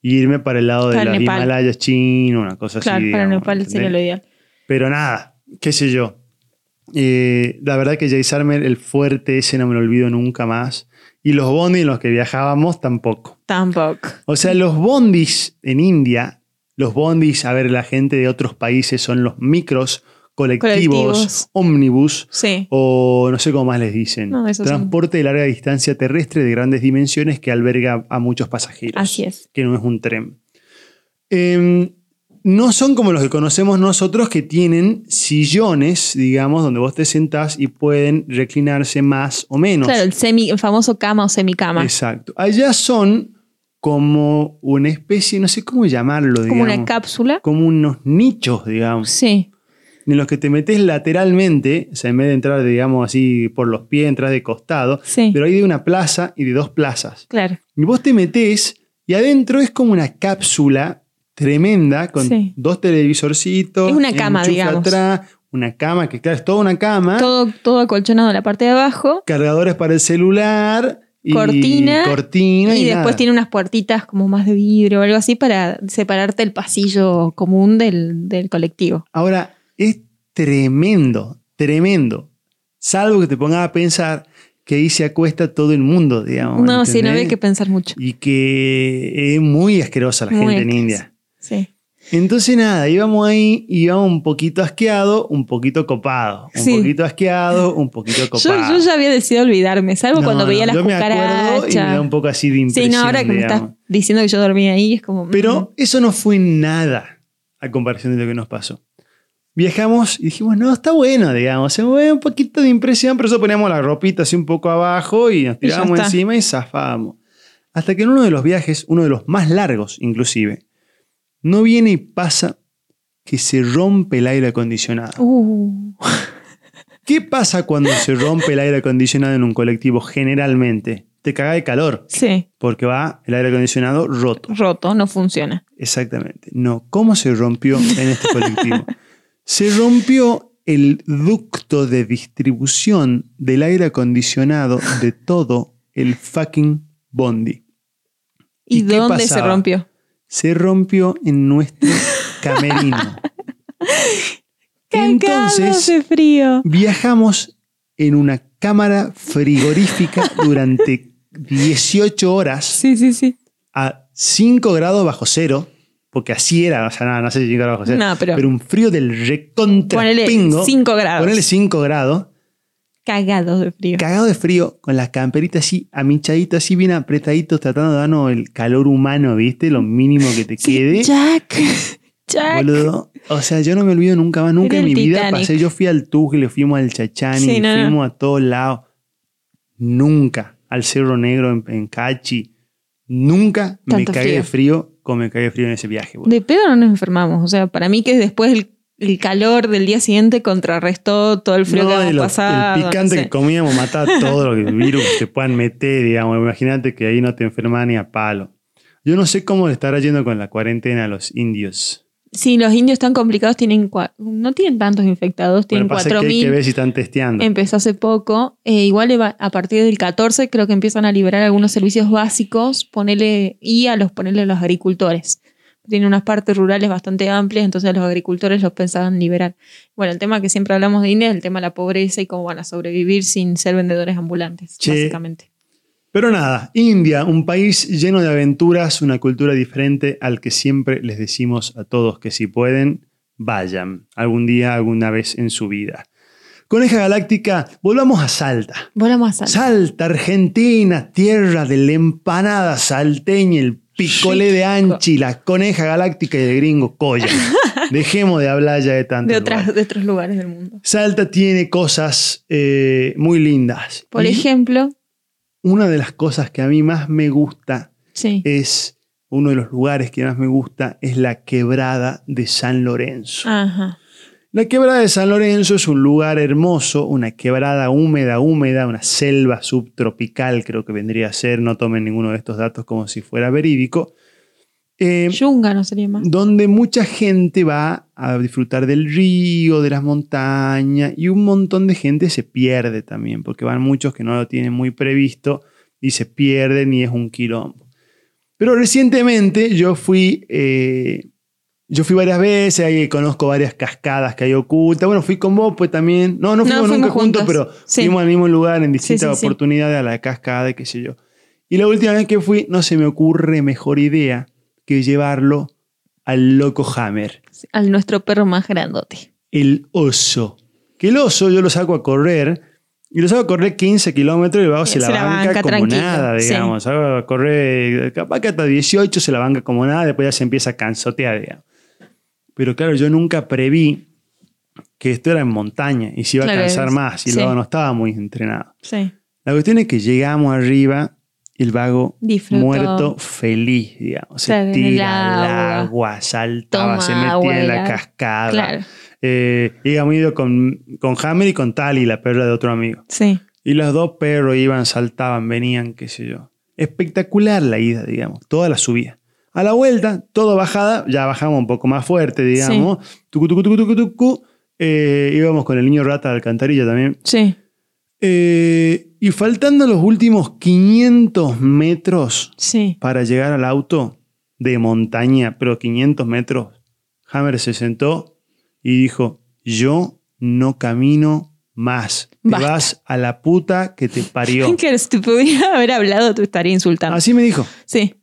A: y irme para el lado de
G: Para
A: las
G: Nepal.
A: Himalayas chino, una cosa
G: Claro,
A: así.
G: para
A: digamos,
G: Nepal sería
A: ¿entendés?
G: lo ideal.
A: Pero nada, qué sé yo. Eh, la verdad que Jaisalmer, el fuerte ese no me lo olvido nunca más. Y los bondis en los que viajábamos tampoco.
G: Tampoco.
A: O sea, los bondis en India, los bondis, a ver, la gente de otros países son los micros, colectivos,
G: Colectivos.
A: ómnibus
G: Sí.
A: o no sé cómo más les dicen.
G: No, esos son-
A: Transporte de larga distancia terrestre de grandes dimensiones que alberga a muchos pasajeros.
G: Así es.
A: Que no es un tren. Em, no son como los que conocemos nosotros que tienen sillones, digamos, donde vos te sentás y pueden reclinarse más o menos.
G: Claro, el, semi, el famoso cama o semicama.
A: Exacto. Allá son como una especie, no sé cómo llamarlo,
G: como una
A: digamos.
G: cápsula.
A: como unos nichos, digamos
G: Sí.
A: en los que te metes lateralmente, o sea, en vez de entrar, digamos así, por los pies, entras de costado,
G: Sí.
A: pero hay de una plaza y de dos plazas.
G: Claro.
A: Y vos te metés y adentro es como una cápsula tremenda con
G: Sí.
A: dos televisorcitos.
G: Es una cama,
A: enchufe
G: digamos.
A: atrás, una cama, que claro, es toda una cama,
G: Todo, todo acolchonado en la parte de abajo.
A: cargadores para el celular. Y
G: Cortina,
A: cortina y,
G: Y después
A: nada.
G: tiene unas puertitas como más de vidrio o algo así para separarte el pasillo común del, del colectivo.
A: Ahora, es tremendo, tremendo. Salvo que te pongas a pensar que ahí se acuesta todo el mundo, digamos.
G: No, sí, no
A: ¿entendés?
G: había que pensar mucho.
A: Y que es muy asquerosa la
G: Muy
A: gente en
G: asquerosa.
A: India.
G: Sí.
A: Entonces, nada, íbamos ahí, íbamos un poquito asqueado, un poquito copado. Un
G: Sí.
A: poquito asqueado, un poquito
G: Yo,
A: copado.
G: yo ya había decidido olvidarme, salvo
A: No,
G: cuando veía
A: no,
G: las
A: yo me acuerdo y me da
G: cucarachas.
A: un poco así de
G: Sí,
A: impresión.
G: no, ahora que me
A: digamos.
G: estás diciendo que yo dormía ahí, es como. mm,
A: Pero eso no fue nada a comparación de lo que nos pasó. Viajamos y dijimos, no, está bueno, digamos, se mueve un poquito de impresión, pero eso poníamos la ropita así un poco abajo y nos
G: Y ya
A: tirábamos
G: está.
A: encima y zafábamos. Hasta que en uno de los viajes, uno de los más largos inclusive, no viene y pasa que se rompe el aire acondicionado.
G: uh,
A: ¿Qué pasa cuando se rompe el aire acondicionado en un colectivo generalmente? Te caga de calor,
G: sí,
A: porque va el aire acondicionado roto.
G: roto, no funciona.
A: Exactamente. No, ¿cómo se rompió en este colectivo? se rompió el ducto de distribución del aire acondicionado de todo el fucking bondi.
G: ¿Y,
A: ¿Y qué
G: dónde se
A: pasaba?
G: rompió?
A: Se rompió en nuestro camerino.
G: Cagados
A: Entonces mm.
G: de frío.
A: viajamos en una cámara frigorífica durante 18 horas.
G: Sí, sí, sí.
A: a 5 grados bajo cero, porque así era, o sea, nada, no sé si 5 grados bajo cero,
G: No, pero-
A: un frío del recontra
G: Ponele
A: pingo,
G: 5 grados.
A: ponele 5 grados,
G: Cagados de frío.
A: cagado de frío, con las camperitas así, amichaditas, así bien apretaditos, tratando de darnos el calor humano, ¿viste? Lo mínimo que te
G: Sí,
A: quede.
G: Jack. Jack.
A: Boludo, o sea, yo no me olvido nunca más, nunca
G: Era
A: en mi
G: el
A: vida
G: Titanic.
A: pasé. Yo fui al Tugle, fuimos al Chachani,
G: Sí, no, no.
A: fuimos a todos lados. Nunca al Cerro Negro en, en Cachi. Nunca me
G: Tanto
A: cagué de frío como me cagué de frío en ese viaje. boludo.
G: De pedo no nos enfermamos. O sea, para mí que después el, el calor del día siguiente contrarrestó todo el frío
A: No,
G: que habíamos
A: y lo-
G: pasado.
A: el
G: no
A: picante
G: sé.
A: que comíamos mataba todo lo que el virus que te puedan meter, digamos. Imagínate que ahí no te enfermas ni a palo. Yo no sé cómo le estará yendo con la cuarentena a los indios.
G: Sí, los indios tan complicados tienen cua- no tienen tantos infectados, tienen
A: Bueno, pasa que hay que
G: 4.000.
A: ver si están testeando.
G: Empezó hace poco. Eh, igual eva- a partir del 14 creo que empiezan a liberar algunos servicios básicos ponele, y a los ponerle a los agricultores. Tiene unas partes rurales bastante amplias, entonces a los agricultores los pensaban liberar. Bueno, el tema que siempre hablamos de India es el tema de la pobreza y cómo van a sobrevivir sin ser vendedores ambulantes,
A: Che.
G: básicamente.
A: Pero nada, India, un país lleno de aventuras, una cultura diferente al que siempre les decimos a todos que si pueden, vayan algún día, alguna vez en su vida. Coneja Galáctica, volvamos a Salta.
G: Volamos a Salta.
A: Salta, Argentina, tierra de la empanada salteña, el picolé de Anchi, la coneja galáctica y el gringo Coya. Dejemos de hablar ya de tanto.
G: de, otras, de otros lugares del mundo.
A: Salta tiene cosas eh, muy lindas.
G: Por
A: Y
G: ejemplo,
A: Una de las cosas que a mí más me gusta
G: sí.
A: es, uno de los lugares que más me gusta es la quebrada de San Lorenzo.
G: Ajá.
A: La quebrada de San Lorenzo es un lugar hermoso, una quebrada húmeda, húmeda, una selva subtropical, creo que vendría a ser, no tomen ninguno de estos datos como si fuera verídico, eh,
G: Yunga no sería más.
A: donde mucha gente va a disfrutar del río, de las montañas, y un montón de gente se pierde también, porque van muchos que no lo tienen muy previsto y se pierden y es un quilombo. Pero recientemente yo fui... eh, yo fui varias veces, ahí conozco varias cascadas que hay ocultas. Bueno, fui con vos, pues también. No, no
G: No,
A: fuimos nunca
G: fuimos
A: juntos,
G: juntas.
A: pero
G: Sí.
A: fuimos al mismo lugar en distintas
G: sí, sí.
A: oportunidades a la cascada y qué sé yo. Y la última vez que fui, no se me ocurre mejor idea que llevarlo al loco Hammer,
G: Al nuestro perro más grandote.
A: el oso. Que el oso yo lo saco a correr y lo saco a correr 15 kilómetros y luego se, la banca, como
G: tranquilo,
A: nada,
G: sí.
A: digamos. Saco a correr, capaz que hasta 18 se la banca como nada, después ya se empieza a cansotear, digamos. Pero claro, yo nunca preví que esto era en montaña y se iba
G: Claro,
A: a cansar
G: es-
A: más y
G: sí.
A: luego no estaba muy entrenado.
G: Sí.
A: La cuestión es que llegamos arriba y el vago
G: Disfrutó.
A: muerto feliz, digamos.
G: Claro, en
A: Se
G: el
A: tira al
G: agua.
A: agua, saltaba,
G: Toma
A: se metía
G: agua
A: en
G: del
A: la
G: agua.
A: cascada.
G: Claro.
A: Eh, íbamos ido con, con Hammer y con Tali, la perra de otro amigo.
G: Sí.
A: Y los dos perros iban, saltaban, venían, qué sé yo. Espectacular la ida, digamos, toda la subida. A la vuelta, todo bajada, ya bajamos un poco más fuerte, digamos. Tucu, tucu, tucu, tucu, tucu. Eh, íbamos con el niño rata de alcantarilla también.
G: Sí.
A: Eh, y faltando los últimos 500 metros
G: Sí.
A: para llegar al auto de montaña, pero 500 metros, Hammer se sentó y dijo, yo no camino más. Te
G: Basta.
A: vas a la puta que te parió.
G: Que si te pudiera haber hablado, te estaría insultando.
A: Así me dijo.
G: Sí.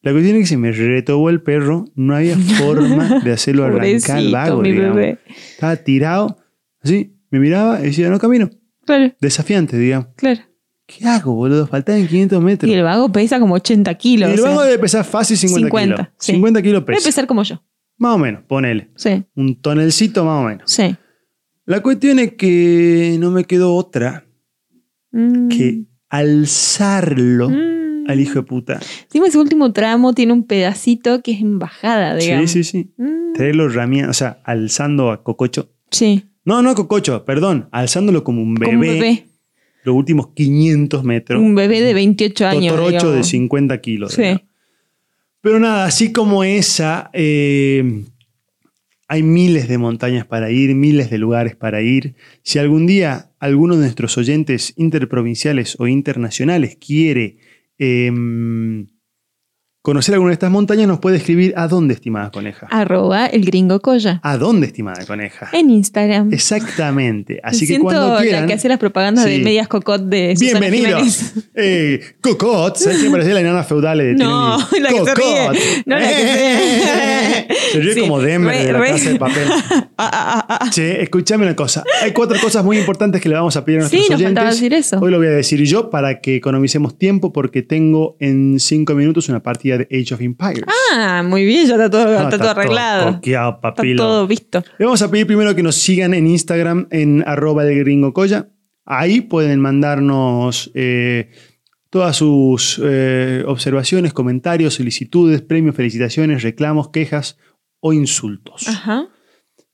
A: La cuestión es que se me retobó el perro, no había forma de hacerlo arrancar al
G: Pobrecito,
A: vago.
G: mi
A: digamos.
G: bebé.
A: Estaba tirado, así, me miraba y decía, no camino.
G: Claro,
A: Desafiante, digamos.
G: claro.
A: ¿Qué hago, boludo? Faltaban 500 metros.
G: Y el vago pesa como 80 kilos.
A: Y el
G: o sea,
A: vago debe pesar fácil 50,
G: 50,
A: kilos.
G: sí.
A: 50 kilos
G: debe
A: pesa.
G: pesar como yo.
A: Más o menos, ponele.
G: Sí,
A: Un tonelcito más o menos.
G: sí.
A: La cuestión es que no me quedó otra
G: Mm,
A: que alzarlo
G: mm.
A: al hijo de puta.
G: Encima ese último tramo tiene un pedacito que es embajada, digamos.
A: Sí, sí, sí.
G: Mm,
A: Traerlo ramia, o sea, alzando a Cococho.
G: sí.
A: No, no a Cococho, perdón. Alzándolo como un bebé.
G: Como un bebé.
A: Los últimos 500 metros.
G: un bebé de 28 años.
A: Totorocho
G: digamos.
A: de 50 kilos.
G: Sí.
A: digamos. Pero nada, así como esa, eh, hay miles de montañas para ir, miles de lugares para ir. Si algún día alguno de nuestros oyentes interprovinciales o internacionales quiere eh, conocer alguna de estas montañas, nos puede escribir a dónde, estimada coneja.
G: Arroba el gringo Coya.
A: ¿A dónde, estimada coneja?
G: En Instagram.
A: Exactamente. Así que
G: Siento
A: cuando
G: la
A: quieran.
G: que hace las propagandas
A: Sí.
G: de medias cocot de Susana Jiménez.
A: Bienvenidos. Eh, Cocot, ¿sabes quién parecía la enana feudal de
G: No,
A: Tinelli?
G: la que se
A: Cocot.
G: ríe. No, la que se ríe.
A: Se ríe
G: Sí,
A: como Demer
G: re-
A: de la
G: re-
A: casa de papel.
G: Ah, ah, ah, ah.
A: Che, escúchame una cosa. Hay cuatro cosas muy importantes que le vamos a pedir a
G: Sí,
A: nuestros
G: nos
A: oyentes.
G: faltaba decir eso.
A: Hoy lo voy a decir yo para que economicemos tiempo porque tengo en cinco minutos una partida de Age of Empires.
G: Ah, muy bien, ya está todo,
A: Ah,
G: está todo arreglado.
A: coqueado,
G: está
A: papilo.
G: todo visto.
A: Le vamos a pedir primero que nos sigan en Instagram en arroba el gringo Coya. Ahí pueden mandarnos eh, todas sus eh, observaciones, comentarios, solicitudes, premios, felicitaciones, reclamos, quejas o insultos.
G: Ajá.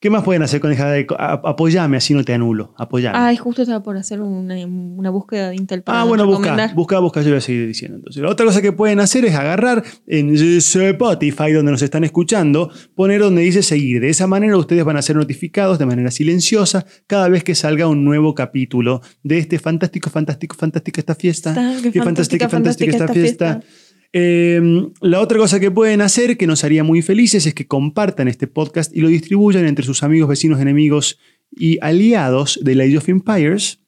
A: ¿Qué más pueden hacer con esa de co- a- Apoyame, así no te anulo. Apoyame.
G: Ay, justo estaba por hacer una, una búsqueda de Intel para
A: Ah, bueno, busca,
G: recomendar.
A: busca, busca, yo voy a seguir diciendo. Entonces, la otra cosa que pueden hacer es agarrar en Spotify, donde nos están escuchando, poner donde dice seguir. De esa manera ustedes van a ser notificados de manera silenciosa cada vez que salga un nuevo capítulo de este fantástico, fantástico, fantástica esta fiesta.
G: Está-
A: Qué fantástica, fantástica esta fiesta.
G: fiesta.
A: Eh, la otra cosa que pueden hacer, que nos haría muy felices, es que compartan este podcast y lo distribuyan entre sus amigos, vecinos, enemigos y aliados de la Age of Empires.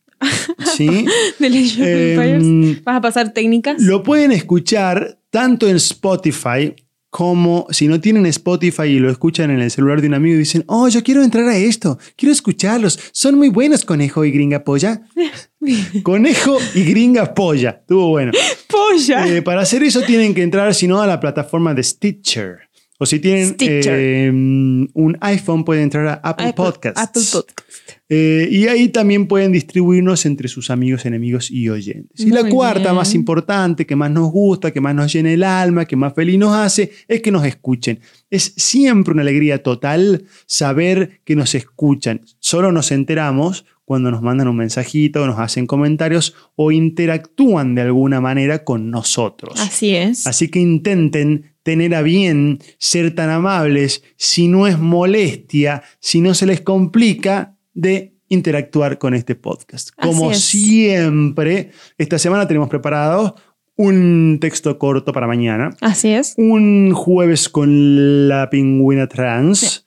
A: ¿Sí?
G: De Legend of
A: Eh,
G: Empires. ¿Vas a pasar técnicas?
A: Lo pueden escuchar tanto en Spotify cómo, si no tienen Spotify y lo escuchan en el celular de un amigo y dicen, oh, yo quiero entrar a esto, quiero escucharlos, son muy buenos Conejo y Gringa Polla. conejo y Gringa Polla, estuvo bueno.
G: ¡Polla!
A: Eh, para hacer eso tienen que entrar, si no, a la plataforma de Stitcher. O si tienen
G: Stitcher.
A: eh, un iPhone, pueden entrar a Apple, Podcasts.
G: Apple Podcast.
A: Eh, y ahí también pueden distribuirnos entre sus amigos, enemigos y oyentes. Y la
G: Muy
A: cuarta,
G: bien.
A: más importante, que más nos gusta, que más nos llena el alma, que más feliz nos hace, es que nos escuchen. Es siempre una alegría total saber que nos escuchan. Solo nos enteramos cuando nos mandan un mensajito, nos hacen comentarios o interactúan de alguna manera con nosotros.
G: Así es.
A: Así que intenten tener a bien ser tan amables, si no es molestia, si no se les complica, de interactuar con este podcast.
G: Así
A: Como
G: es.
A: siempre, esta semana tenemos preparado un texto corto para mañana,
G: Así es.
A: un jueves con la pingüina trans.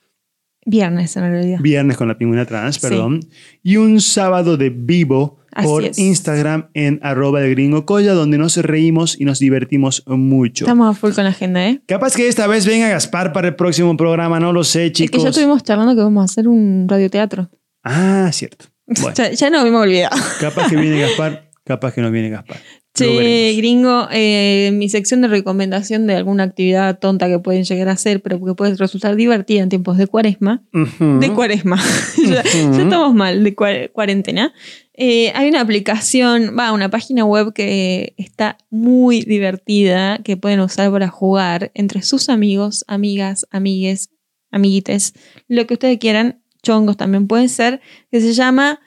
G: Viernes, en realidad.
A: Viernes con la pingüina trans,
G: Sí.
A: perdón. Y un sábado de vivo
G: Así
A: por
G: es.
A: Instagram en arroba de gringo colla, donde nos reímos y nos divertimos mucho.
G: Estamos a full con la agenda, ¿eh?
A: Capaz que esta vez venga Gaspar para el próximo programa, no lo sé,
G: Es que
A: chicos.
G: ya estuvimos charlando que vamos a hacer un radioteatro.
A: Ah, cierto. Bueno,
G: Ya, ya no me olvidado.
A: capaz que viene Gaspar, capaz que no viene Gaspar. Lo
G: Che,
A: veremos.
G: gringo, eh, mi sección de recomendación de alguna actividad tonta que pueden llegar a hacer, pero que puede resultar divertida en tiempos de cuaresma.
A: Ujú.
G: De cuaresma. ya, ya estamos mal, de cua- cuarentena. Eh, hay una aplicación, va, una página web que está muy divertida, que pueden usar para jugar entre sus amigos, amigas, amigues, amiguites, lo que ustedes quieran, chongos también pueden ser, que se llama,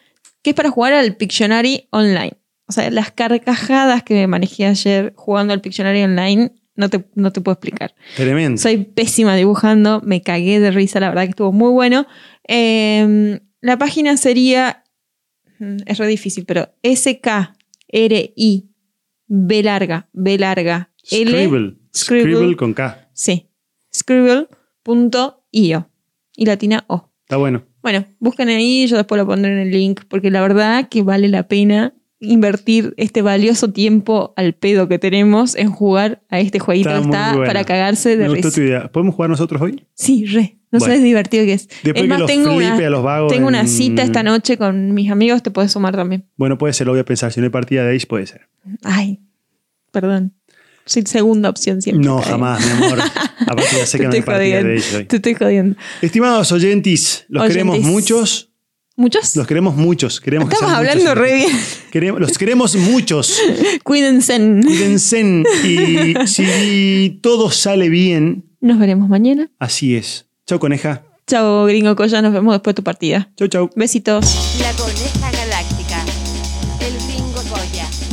G: que es para jugar al Pictionary online. O sea, las carcajadas que me manejé ayer jugando al Pictionary online, no te, no te puedo explicar.
A: Tremendo.
G: Soy pésima dibujando, me cagué de risa, la verdad que estuvo muy bueno. Eh, la página sería, mm, es re difícil, pero S-K-R-I, B larga, B larga, L,
A: Scribble.
G: Scribble.
A: Scribble con K.
G: sí, scribble.io y latina O.
A: Está bueno.
G: Bueno, busquen ahí, yo después lo pondré en el link, porque la verdad que vale la pena invertir este valioso tiempo al pedo que tenemos en jugar a este jueguito
A: Está
G: que
A: muy
G: está
A: bueno.
G: para cagarse de
A: Me gustó
G: risa.
A: tu idea. ¿Podemos jugar nosotros hoy?
G: Sí, re. No
A: Bueno.
G: sabes divertido que es.
A: Después
G: es
A: que
G: más,
A: los
G: tengo,
A: flipe
G: una,
A: a los vagos.
G: tengo una
A: en-
G: cita esta noche con mis amigos, te puedes sumar también.
A: Bueno, puede ser, lo voy a pensar. Si no hay partida de Age, puede ser.
G: Ay, perdón. Soy segunda opción siempre.
A: No,
G: Ay,
A: jamás, mi amor. Aparte, ya sé que
G: Te
A: no hay
G: estoy
A: partida de Age hoy.
G: jodiendo. Te estoy jodiendo.
A: Estimados oyentes, los
G: Oyentes.
A: queremos muchos.
G: ¿Muchos?
A: Los queremos muchos. Queremos que
G: Estamos
A: sean
G: hablando
A: muchos.
G: re bien.
A: Queremos- los queremos muchos.
G: Cuídense.
A: Cuídense. Y si todo sale bien,
G: Nos veremos mañana.
A: así es. Chau, coneja.
G: Chao, gringo Coya. Nos vemos después de tu partida.
A: Chau, chau.
G: Besitos.
B: La Coneja Galáctica. El Gringo Goya.